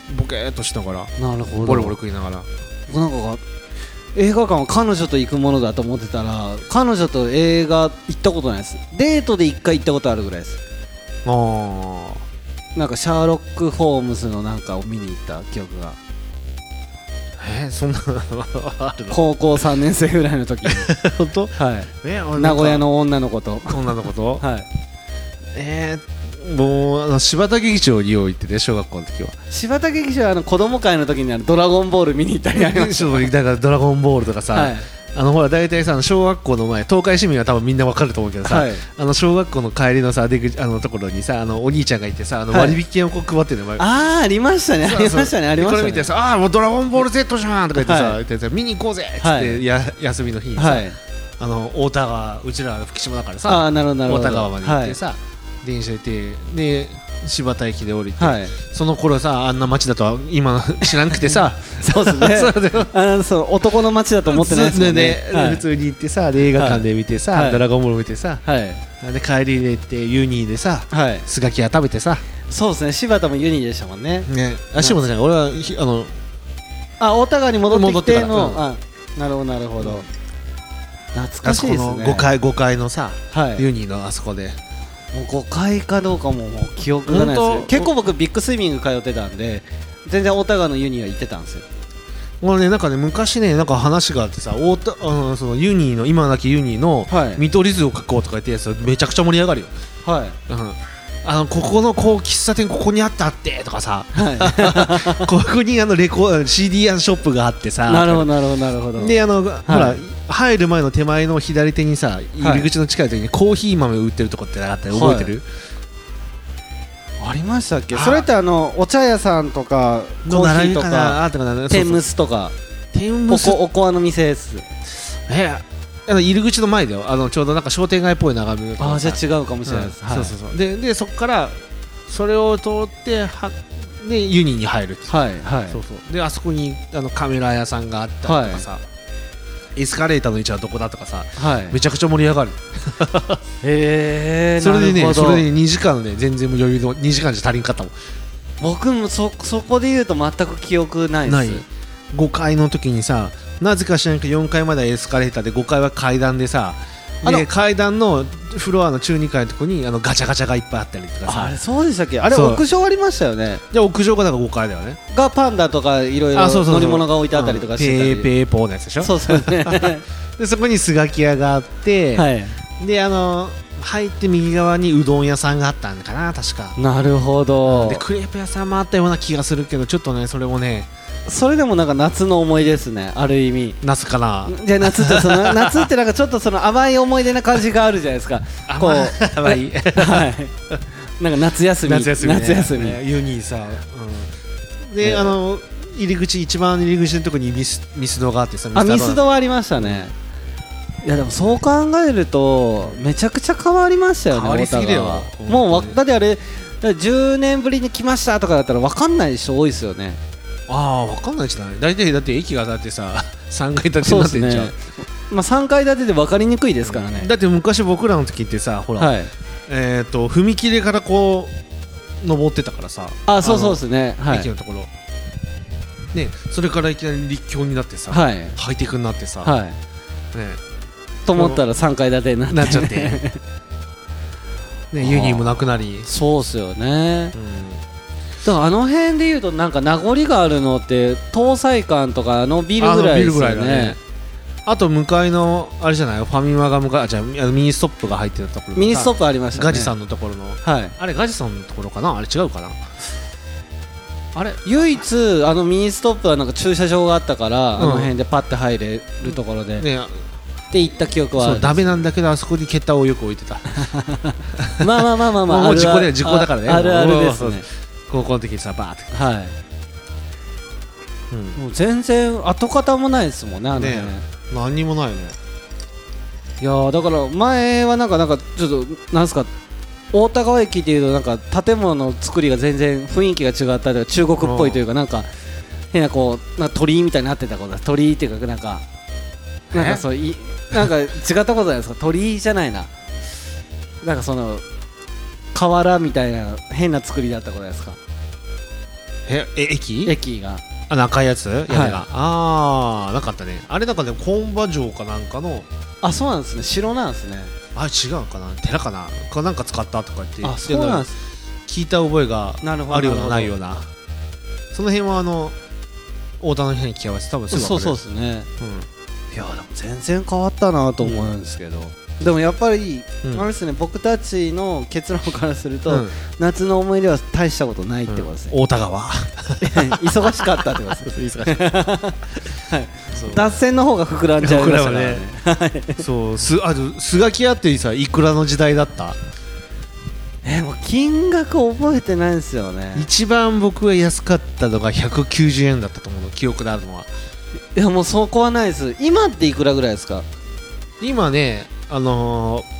S3: うん、ボケーっとしながら
S2: なるほど
S3: ボロボロ食いながら
S2: 僕なんかが映画館は彼女と行くものだと思ってたら彼女と映画行ったことないですデートで一回行ったことあるぐらいです
S3: あ
S2: なんかシャーロック・ホームズのなんかを見に行った記憶が
S3: ーえーそんなのあ るの
S2: 高校3年生ぐらいの時
S3: 本当
S2: はい
S3: え
S2: 名
S3: あ
S2: 古屋
S3: なんか
S2: の女の子と
S3: 女の子と
S2: はい
S3: えー、もうあの柴田劇場によう行ってて小学校の時は
S2: 柴田劇場はあの子供会の時にあのドラゴンボール見に行ったりありまし
S3: そうだから「ドラゴンボール」とか
S2: た
S3: さ、
S2: はい
S3: あのほら大体さ小学校の前東海市民は多分みんなわかると思うけどさ、
S2: はい
S3: あの小学校の帰りのさ出口あのところにさあのお兄ちゃんがいてさあの
S2: はい
S3: 割引券をこう配ってるの前
S2: ああありましたねありましたねありましたね
S3: これ見てさ「ああーもうドラゴンボール Z じゃん」とか言ってさ,、
S2: はい
S3: 言ってさ見に行こうぜ」っつって、
S2: はい
S3: や休みの日にさ、
S2: はい
S3: あの太田川うちら福島だからさ
S2: ああーなるほどなる
S3: 太
S2: ほど
S3: 田川まで行ってさ、電車行ってで柴田駅で降りて、
S2: はい
S3: その頃さあんな街だとは今知らなくてさ
S2: そうですね
S3: そうだよ
S2: あの そう男の街だと思ってないですもんね
S3: そうだよね普通に行ってさで映画館で見てさ、
S2: はい
S3: ドラゴンボール見てさ、
S2: はいはい、
S3: で帰りで行ってユニでさ
S2: はい、
S3: スガキ屋食べてさ、
S2: そうですね柴田もユニでしたもんね
S3: ね、足元じゃない俺はひあの
S2: あ大田川に戻ってきての
S3: 戻ってから
S2: あなるほどなるほど懐
S3: あ
S2: かし
S3: そ
S2: い
S3: こ
S2: です
S3: の
S2: ね
S3: 5階5階のさ、
S2: はい
S3: ユニのあそこで
S2: もう5階かどうかももう記憶がないですけ
S3: 本
S2: ど
S3: 当
S2: 結構僕ビッグスイミング通ってたんで全然大田川のユニは行ってたんですよ
S3: 俺ねなんかね昔ねなんか話があってさ大田あのそのユニの今なきユニの
S2: はい
S3: 見取り図を書こうとか言ってやつめちゃくちゃ盛り上がるよ、
S2: はい
S3: うん、あのここのこう喫茶店ここにあったってとかさ
S2: はい
S3: ここにあのレコー CD ショップがあってさ
S2: なるほどなるほどなるほど
S3: であの、ほら入る前の手前の左手にさ入り口の近い時にコーヒー豆を売ってるとこってなかったよ覚えてる、
S2: ありましたっけ
S3: あ
S2: それってあのお茶屋さんとかコ
S3: の
S2: ーヒ
S3: 並
S2: ー
S3: び
S2: と
S3: か
S2: か
S3: なあとかな
S2: 天むすとか
S3: 天
S2: お
S3: むす
S2: こおこわの店です
S3: えあの入り口の前だよあのちょうどなんか商店街っぽい眺めのとこ
S2: あ
S3: ろ
S2: あ
S3: さ
S2: じゃあ違うかもしれないです、
S3: うん
S2: はい
S3: そうそうそうででそこからそれを通ってはでユニに入るっていう
S2: はいはい
S3: そうそうであそこにあのカメラ屋さんがあったりとかさ、エスカレーターの位置はどこだとかさ
S2: はい
S3: めちゃくちゃ盛り上がる
S2: へえ
S3: それで
S2: な
S3: ね
S2: るほ
S3: そ
S2: ど
S3: れでね2時間ね全然もう余裕の2時間じゃ足りんかったもん
S2: 僕もそそこで言うと全く記憶ないです
S3: ない5階の時にさなぜか知らんけど4階まではエスカレーターで5階は階段でさ
S2: あの
S3: で階段のフロアの中2階のとこにあのガチャガチャがいっぱいあったりとか
S2: あ
S3: さ
S2: れそうでしたっけあれ
S3: そう
S2: 屋上ありましたよね
S3: で屋上がなんか5階だよね
S2: がパンダとかいろいろ
S3: あそうそうそ
S2: 乗
S3: う
S2: り物が置いてあったりとかしてたり
S3: うんペーペーポーのやつでしょ
S2: そうそうね
S3: でそこにスガキ屋があって、
S2: はい
S3: であの入って右側にうどん屋さんがあったんかな確か
S2: なるほど
S3: でクレープ屋さんもあったような気がするけどちょっとねそれもね
S2: それでもなんか夏の思い出ですねある意味
S3: 夏かな
S2: じゃあ夏ってそ の夏ってなんかちょっとその甘い思い出な感じがあるじゃないですかこう
S3: 甘い甘い
S2: はいなんか夏休み
S3: 夏休み、ね、
S2: 夏休み
S3: ユニーさ、うん、で、
S2: えー
S3: あの入り口一番入り口のとこにミスミスドがあってさ
S2: あミスド
S3: が
S2: はありましたねいやでもそう考えるとめちゃくちゃ変わりましたよね
S3: 変わりすぎるよ
S2: 大田川もうわ
S3: 本当に
S2: だってあれだって10年ぶりに来ましたとかだったら分かんない人多いですよね
S3: ああ分かんないじゃない大体だって駅がだってさ3 階建てになってんじゃん、
S2: まあ3階建てで分かりにくいですからね
S3: だって昔僕らの時ってさほら、
S2: はい
S3: えっ、と踏切からこう登ってたからさ
S2: あそうそうですね
S3: あの
S2: は
S3: 駅
S2: い
S3: のところ、ねそれからいきなり立教になってさ、
S2: はい
S3: ハイテクになってさ、
S2: はい
S3: ね、
S2: と思ったら3階建てになって
S3: なっちゃ ってねユニーもなくなり、
S2: そうっすよね
S3: うん
S2: だからあの辺で言うとなんか名残があるのって東西館とかあのビルぐらいですよ
S3: あのビルぐらいだ
S2: ね
S3: ねあと向かいのあれじゃないファミマが向かいあじゃあミミニストップが入ってるところ
S2: ミニストッ
S3: プ
S2: プありましたね
S3: ガジさんのところの
S2: はい
S3: あれガジさんのところかなあれ違うかなあれ
S2: 唯一あのミニストップはなんか駐車場があったから、
S3: うん
S2: あの辺でパッて入れるところで、
S3: ね
S2: って行った記憶はあ
S3: そう
S2: る
S3: ダメなんだけどあそこにケタをよく置いてた
S2: まあまあまあまあまあ
S3: もう
S2: あるある
S3: 事故だよ事故だからね
S2: ああるあるです
S3: も
S2: ね
S3: う高校の時にさバーって、
S2: はい
S3: うん
S2: もう全然跡形もないですもんねあの辺、
S3: ね何にもないね
S2: いやーだから前はなんかなんかちょっとなんすか大田川駅っていうとなんか建物の作りが全然雰囲気が違ったりとか中国っぽいというかなんか変なこうなんか鳥居みたいになってたこと鳥居っていうかなんかなんかそういなんか違ったことないですか鳥居じゃないななんかその瓦みたいな変な作りだったことないですか
S3: ええ駅
S2: 駅が
S3: あの赤いやつ屋根が、
S2: はい
S3: ああなかったねあれなんかね本場城かなんかの
S2: あそうなんですね城なんですね
S3: あれ違うかな寺かなかなんか使ったとか言って
S2: あそうなん
S3: で
S2: です
S3: 聞いた覚えが
S2: なるほど
S3: あるよう
S2: なるほど
S3: なないようなその辺はあの太田の辺に気合わせて多分すぐ
S2: そうそうで
S3: そ
S2: すね
S3: う、う
S2: い
S3: ん、
S2: やでも全然変わったなと思うんですけど、でもやっぱり、
S3: うん
S2: あれですね僕たちの結論からすると、
S3: うん
S2: 夏の思い出は大したことないってことですね、
S3: 太田川
S2: 忙しかったってことです
S3: 忙しい
S2: 脱線の方が膨らんじゃいま したからね
S3: そうすあのスガキ屋ってさいくらの時代だった
S2: えもう金額覚えてないんですよね
S3: 一番僕が安かったのが190円だったと思うの記憶であるのはい
S2: やもうそこはないです今っていくらぐらいですか
S3: 今ねあのー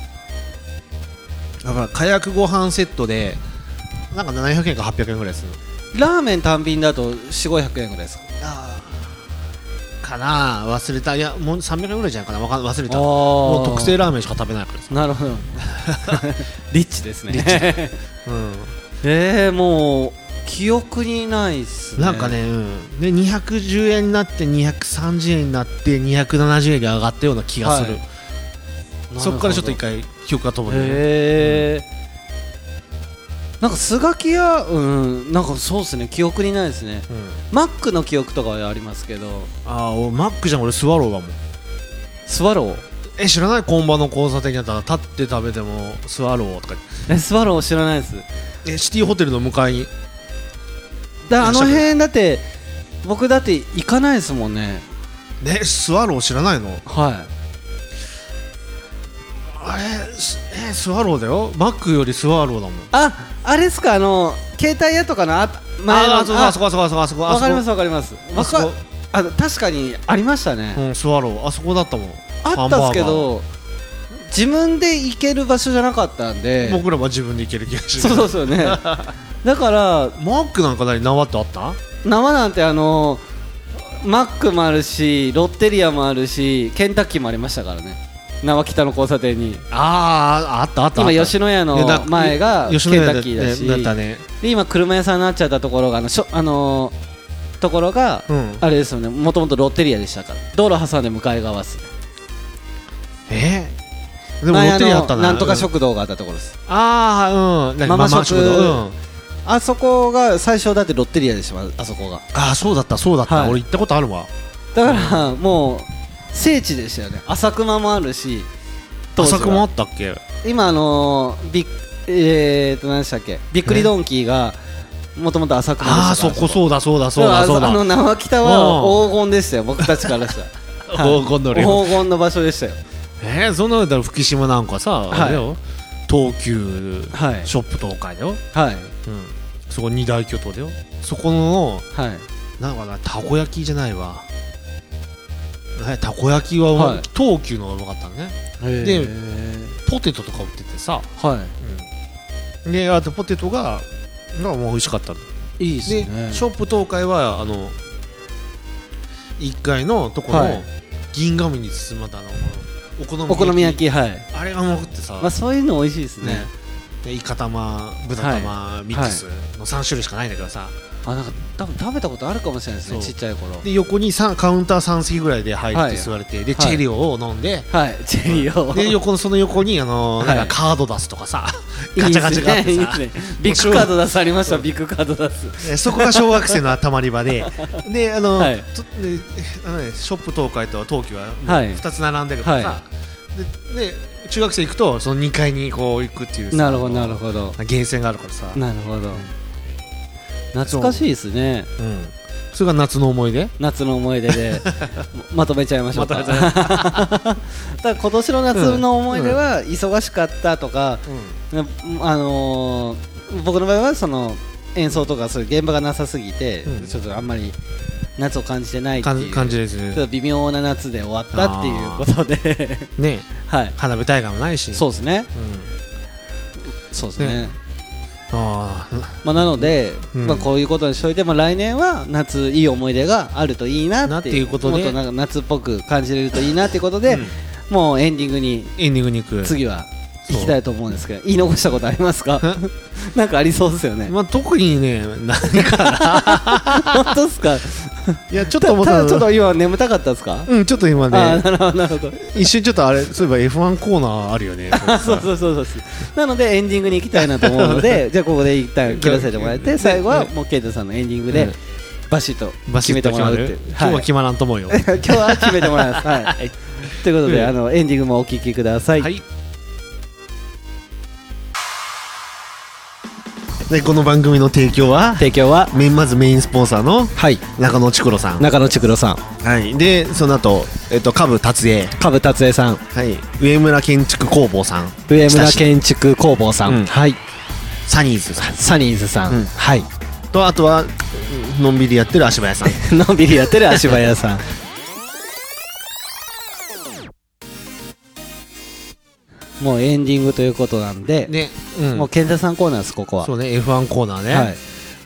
S3: だから火薬ご飯セットでなんか700円か800円ぐらいする
S2: ラーメン単品だと4500円ぐらいですか
S3: あーかなあ忘れたいやもう300円ぐらいじゃないかなわかん忘れた
S2: あー
S3: もう特製ラーメンしか食べないからです
S2: なるほどリッチですね
S3: リッ うん
S2: えー、もう記憶にないっすね
S3: なんかね、うん、で210円になって230円になって270円に上がったような気がする、
S2: は
S3: そこからちょっと一
S2: 回
S3: 回記憶が飛ぶね、
S2: へえなんかスガキ屋うんなんかそうですね記憶にないですね
S3: うん、
S2: マックの記憶とかはありますけど
S3: ああマックじゃん俺スワローだもん
S2: スワロー
S3: え知らない今場の交差点にあったら立って食べてもスワローとか
S2: えスワロー知らないです
S3: えシティホテルの向かいに
S2: だあの辺だって僕だって行かないですもんね
S3: ねスワロー知らないの
S2: は
S3: あれすえスワローだよマックよりスワローだもん
S2: いああれっすかあの携帯屋とかのあ前の
S3: あーあそこあそこあそこあそこあそ
S2: わ
S3: こ
S2: かります
S3: あ
S2: わかりますわ
S3: そ
S2: か
S3: こ
S2: あ確かにありましたね、
S3: そこうんスワローあそこだったもん
S2: あったんですけ
S3: ハンバー
S2: ど自分で行ける場所じゃなかったんで
S3: 僕らは自分で行ける気がする
S2: そうですよ ねだから
S3: マックなんか何縄ってあった
S2: 生なんてあのマックもあるしロッテリアもあるしケンタッキーもありましたからね縄北の交差点に
S3: あああったあった
S2: 今吉野家の前がケンタッキーだし
S3: だったね
S2: で今車屋さんになっちゃったところがあのしょあのーところが、
S3: うん
S2: あれですよねもともとロッテリアでしたから道路挟んで向かい側ですね
S3: えーでもロッテリアあった
S2: 前あのなんとか食堂があったところです
S3: ああうん何
S2: ママ食
S3: 堂うん
S2: あそこが最初だってロッテリアでしょあそこが
S3: ああそうだったそうだった、
S2: はい
S3: 俺行ったことあるわ
S2: だからもう聖地でしたよね浅熊もあるし当時は
S3: 浅くもあったっけ
S2: 今あのー、びっえー、と何でしたっけびっくりドンキーがもともと浅熊でしたから
S3: ああそこそうだそうだそうだそうだ
S2: あの生北は黄金でしたよ僕たちから したら
S3: 黄金の
S2: 黄
S3: 量
S2: 金の場所でしたよ
S3: えー、そんなのだら福島なんかさ、
S2: い
S3: あれよ東急
S2: はい
S3: ショップ東海だよ、
S2: はい
S3: うん、そこ二大巨頭だよそこの
S2: はい
S3: なんかなたこ焼きじゃないわえたこ焼きは、
S2: はい
S3: 東急のがうまかったのね
S2: へー
S3: ポテトとか売っててさ、
S2: は
S3: であとポテトががもう美味しかったの
S2: いいいで
S3: で、ショップ東海はあの1階のとこ
S2: は
S3: の
S2: い
S3: 銀紙に包まれたあのお好み
S2: お好み焼きはい
S3: あれがうまくってさ、
S2: まあそういうの美味しいですね
S3: ねでイカ玉豚玉ミックスの3種類しかないんだけどさ、
S2: あなんか多分食べたことあるかもしれないですね
S3: そう
S2: ちっちゃい頃
S3: で横にさんカウンター3席ぐらいで入
S2: は
S3: っ
S2: い
S3: て座れて、で
S2: はい
S3: チェリオを飲んで、
S2: はいチェリーを
S3: で横のその横にあの
S2: はい
S3: なんかカード出すとかさ、ガチャガチャがあって
S2: いいで
S3: さ
S2: すねいいですねビッグカード出すありましたビッグカード出す
S3: えーそこが小学生のたまり 場でであの、
S2: はい
S3: とであのねショップ東海と東急は
S2: はい
S3: 2つ並んでるからさ、
S2: は
S3: でで中学生行くとその2階にこう行くっていうさ
S2: なるほど
S3: あの
S2: なるほど
S3: 源泉があるからさ、
S2: なるほど懐かしいですね
S3: うん、それが夏の思い出
S2: 夏の思い出 でまとめちゃいましょうか
S3: まと
S2: ただ今年の夏の思い出は忙しかったとか、ねあのー僕の場合はその演奏とかそういう現場がなさすぎて、
S3: うん
S2: ちょっとあんまり夏を感じてないって
S3: か
S2: い
S3: ん
S2: う
S3: 感じです
S2: ちょ
S3: ね
S2: っと微妙な夏で終わったっていうことで
S3: ね
S2: はい
S3: 花火大会もないし
S2: そうですね
S3: うん、
S2: そうですね
S3: ねああ
S2: まあ、なので、
S3: うん
S2: まあ、こういうことにしといても来年は夏いい思い出があるといいな
S3: な
S2: っ
S3: ってて
S2: い
S3: いううことで
S2: もっとなんか夏っぽく感じれるといいなっていうことで、
S3: うん
S2: もうエンディングに
S3: エンディングに行く
S2: 次は行きたいと思うんですけど言い残したことありますか なんかありそうですよね
S3: まあ特にねな
S2: 本当ですか
S3: いやちょったと思った
S2: ただ
S3: の
S2: ちょっと今眠たかったですか、
S3: うんちょっと今
S2: ああ
S3: ね
S2: なるほどなるほど
S3: 一瞬ちょっとあれそういえば F1 コーナーあ るよね
S2: そうそうそうそうそうなのでエンディングに行きたいなと思うの でじゃあここで一旦切らせてもらっ
S3: う
S2: て
S3: ん
S2: 最後はもうケイトさんのエンディングで
S3: うん
S2: バシッと
S3: バ
S2: 決
S3: シ
S2: め
S3: ッ
S2: て
S3: と
S2: もら
S3: 決ま
S2: うって
S3: る
S2: いう
S3: 今日は決まらんと思うよ
S2: 今日は決めてもらいます。はい。ということで、
S3: うん
S2: あのエンディングもお聞きください。
S3: はい。でこの番組の提供は
S2: 提供は
S3: メインまずメインスポンサーの
S2: はい
S3: 中野ちくろさん、
S2: 中野ちくろさん、
S3: はい、でその後えっと下部達也、
S2: 株達恵さん、
S3: はい、上村建築工房さん
S2: 上村建築工房さん、
S3: うん
S2: はい、
S3: サニーズさん
S2: サニーズさん、
S3: うん
S2: はい、
S3: とあとはのんびりやってる足早さん
S2: のんびりやってる足早さん。もうエンディングということなんで、
S3: ね、うん
S2: もう健太さんコーナーですここは、
S3: そうね F1 コーナーね、
S2: はい、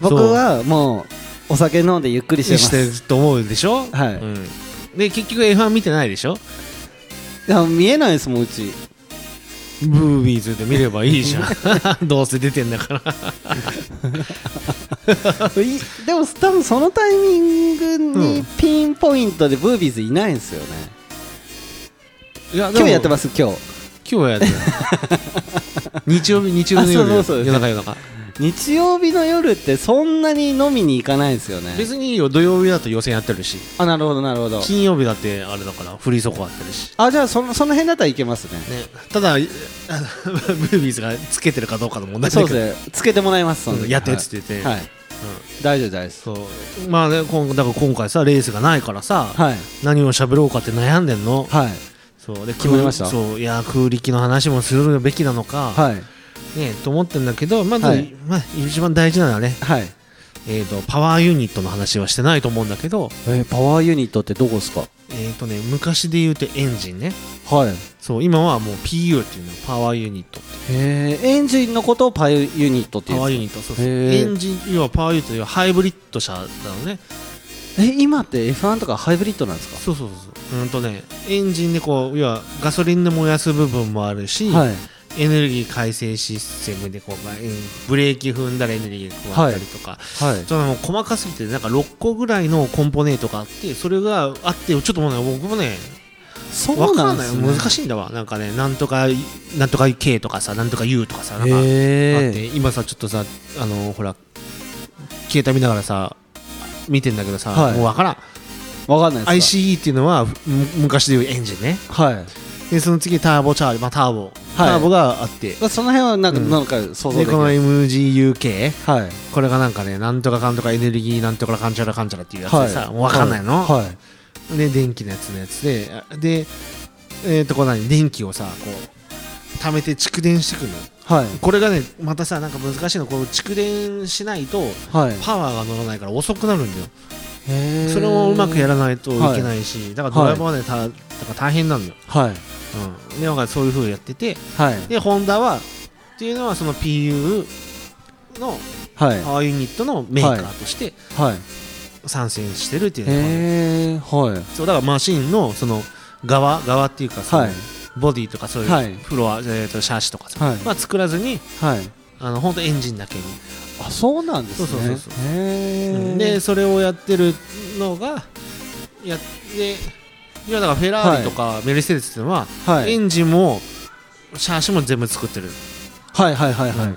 S2: 僕はもうお酒飲んでゆっくりしてま
S3: して
S2: す
S3: ると思うでしょ、
S2: はい
S3: うんで結局 F1 見てないでしょ
S2: いや見えないですもんうち
S3: ムービーズで見ればいいじゃ んどうせ出てんだから
S2: いでも多分そのタイミングにピンポイントでブービーズいないんですよね、
S3: いや
S2: 今日やってますす今日
S3: 今日やって る日曜日日曜日の夜
S2: あそうそうそう
S3: 夜中夜中
S2: 日曜日の夜ってそんなに飲みに行かないんですよね
S3: 別にいいよ土曜日だと予選やってるし
S2: あなるほどなるほど
S3: 金曜日だってあれだからフリーソコあってるし
S2: あじゃあそのその辺だったらいけますね
S3: ね、ただあの ムービーズがつけてるかどうかの問題だけ
S2: そ
S3: ど
S2: うですねつけてもらいますその時
S3: うんやってっつってて、
S2: はい、はい大丈夫大丈夫です
S3: そうまあね今だから今回さレースがないからさ、
S2: はい
S3: 何を喋ろうかって悩んでんの、
S2: はい
S3: そうで
S2: 決まりました
S3: 空そういや空力の話もするべきなのか、
S2: はい
S3: ねと思ってんだけどまず、
S2: はい
S3: まあ、一番大事なのはね、
S2: はい
S3: えー、とパワーユニットの話はしてないと思うんだけど、
S2: えーパワーユニットってどこですか
S3: えーとね、昔で言うとエンジンね
S2: はい
S3: そう今はもう PU っていうのパワーユニットって
S2: へーエンジンのことをパワーユニットって
S3: パ
S2: 言う
S3: ワー
S2: ん
S3: ユ
S2: で
S3: ニットそうそう
S2: へー
S3: エンジン要はパワーユニット要はハイブリッド車なのね
S2: すかえ今って F1 とかハイブリッドなんですか
S3: そうそうそううんとねエンジンでこう要はガソリンで燃やす部分もあるし、
S2: はい
S3: エネルギー改正システムでこう、まあうんブレーキ踏んだらエネルギー加わったりとか、
S2: はい
S3: その細かすぎてなんか6個ぐらいのコンポーネントがあってそれがあってちょっともうね僕もね
S2: そ
S3: 分
S2: う
S3: か
S2: な
S3: ら
S2: ん
S3: な
S2: で
S3: い
S2: す
S3: よ
S2: ね
S3: 難しいんだわなんかねなんとかなんとか K とかさなんとか U とかさなんかあっ
S2: へ
S3: て
S2: え
S3: 今さちょっとさあのほら携帯見ながらさ見てんだけどさ、
S2: はい
S3: もう分からん
S2: わかんないですか
S3: ICE っていうのはむ昔でいうエンジンね
S2: は
S3: でその次ターボチャージ、まあ、ターボ、ターボがあって
S2: いその辺はなんか
S3: うん
S2: なんか想像
S3: で
S2: で
S3: こ
S2: きる
S3: の MGUK
S2: はい
S3: これがなんかねなんとかかんとかエネルギーなんとかかんちゃらかんちゃらっていうやつでさ、もう分かんないの、
S2: はいはい
S3: で電気のやつのやつであでえっ、とこう何電気をさこう貯めて蓄電してくるの
S2: はい
S3: これがねまたさなんか難しいのこう蓄電しないと
S2: はい
S3: パワーが乗らないから遅くなるんだよ
S2: へー
S3: それをうまくやらないといけないし、だからドライバーはね、ただから大変なんだよ、
S2: はい
S3: うん、でだからそういうふうにやってて
S2: はい
S3: でホンダはっていうのはその PU の
S2: はい
S3: パワーユニットのメーカーとして
S2: はい
S3: 参戦してるっていうのがね
S2: へえはい
S3: そうだからマシンのその側側っていうかその
S2: はい
S3: ボディとかそう
S2: はいいう
S3: フロア、えー、とシャーシとかさ、
S2: はい
S3: まあ、作らずに
S2: はい
S3: あの本当エンジンだけに、
S2: あそうなんですね
S3: そうそうそうそ
S2: へー
S3: でそれをやってるのがやって今だからフェラーリとかメルセデスっていうのは、
S2: はい
S3: エンジンもシャーシも全部作ってる、
S2: はいはいはいは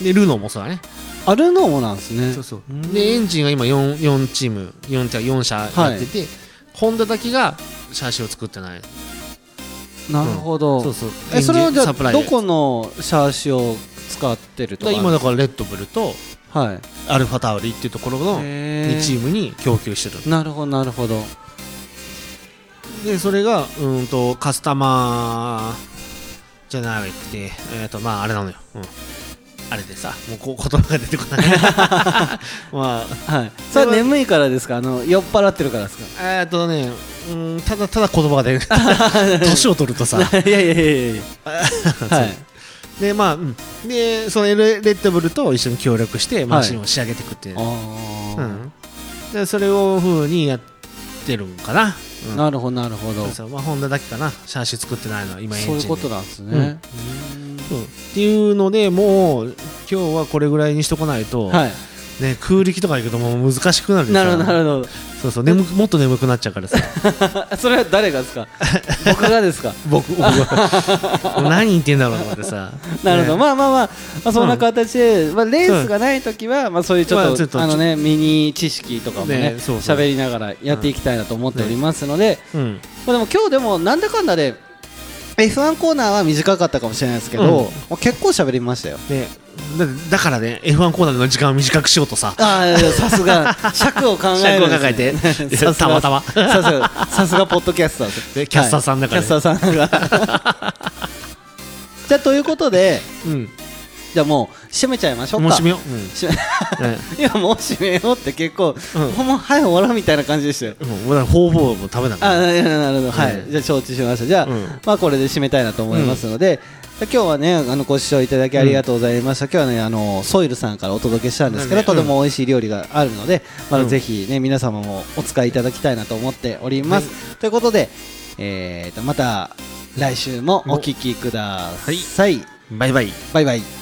S2: い
S3: でルノーもそうだね
S2: あるのもなんですね
S3: そうそう
S2: うん
S3: でエンジンが今 4, 4チーム 4, てか4社やってて、ホンダだけがシャーシを作ってない
S2: なるほど
S3: そうそうエン
S2: え
S3: ジン
S2: それはじゃ
S3: サプラ
S2: あ
S3: イで
S2: どこのシャーシを使ってると
S3: だか
S2: から
S3: 今だからレッドブルと
S2: はい
S3: アルファタウリっていうところの
S2: へ
S3: 2チ
S2: ー
S3: ームに供給してる
S2: なるほどなるほど
S3: でそれがうーんとカスタマーじゃなくてえっ、とまああれなのよ、うん、あれでさもうこう言葉が出てこない まあ
S2: はいそれは眠いからですかあの酔っ払ってるから ですか
S3: えっ、とねうーんただただ言葉 が出てこない年を取るとさ
S2: いやいやいやいやいやはい
S3: でまあ、うん、でその L レッドブルと一緒に協力してマシンを仕上げていくっていう、う
S2: あ
S3: ん、でそれをふうにやってるんかな、う
S2: あ
S3: ん
S2: なるほどなるほど
S3: そうそうまあ、ホンダだけかなシャーシ作ってないのは今エン
S2: そう
S3: ジンで
S2: いうことなんですね
S3: うんっていうのでもう今日はこれぐらいにしとかないと、
S2: はい
S3: ね、空力とか行くともう難しくなるでし
S2: な
S3: ょ
S2: るほどなるほど
S3: そうそう眠くもっと眠くなっちゃうか らさ
S2: あそれは誰がです か僕がですか
S3: 僕僕 は何言ってんだろうと思ってさ
S2: なるほど、
S3: ね
S2: まあまあまあ、まあ、そんな形で、まあ、レースがない時は、まあ、そういうちょ
S3: まあちょ
S2: っ
S3: っ
S2: と、
S3: と
S2: あ、のねミニ知識とかもね
S3: ねそうそう
S2: 喋りながらやっていきたいなと思っておりますので、
S3: うん
S2: まあ、でも今日でもなんだかんだで F1 コーナーは短かったかもしれないですけど、
S3: うん
S2: もう結構喋りましたよ
S3: ねだだからね F1 コーナーの時間を短くしようとさ
S2: ああさすが 尺を考えるん
S3: 尺を考えて
S2: ですね
S3: いやたまたま
S2: さすがさすがポッドキャスターです
S3: で キャスターさんだからね
S2: はいキャスターさんが じゃあということで
S3: うん
S2: じゃあもう締めちゃいましょうか
S3: もう閉めよ、
S2: しいう
S3: うんね
S2: やもう締めようって結構、
S3: うん
S2: もう早く終わろうみたいな感じでしたよ
S3: もう俺らほうぼうも食べなか
S2: あ
S3: っ
S2: なるほどなるほど、はい
S3: うん
S2: じゃあ承知しましたじゃあ、
S3: うん
S2: まあこれで締めたいなと思いますので、今日はねあのご視聴いただきありがとうございました、今日はねあのソイルさんからお届けしたんですけど、
S3: うん
S2: とても美味しい料理があるので、ま
S3: う
S2: だ
S3: ん
S2: ぜひね皆様もお使いいただきたいなと思っております、ということで、えー、とまた来週もお聞きください、
S3: バイバイ。
S2: バイバイ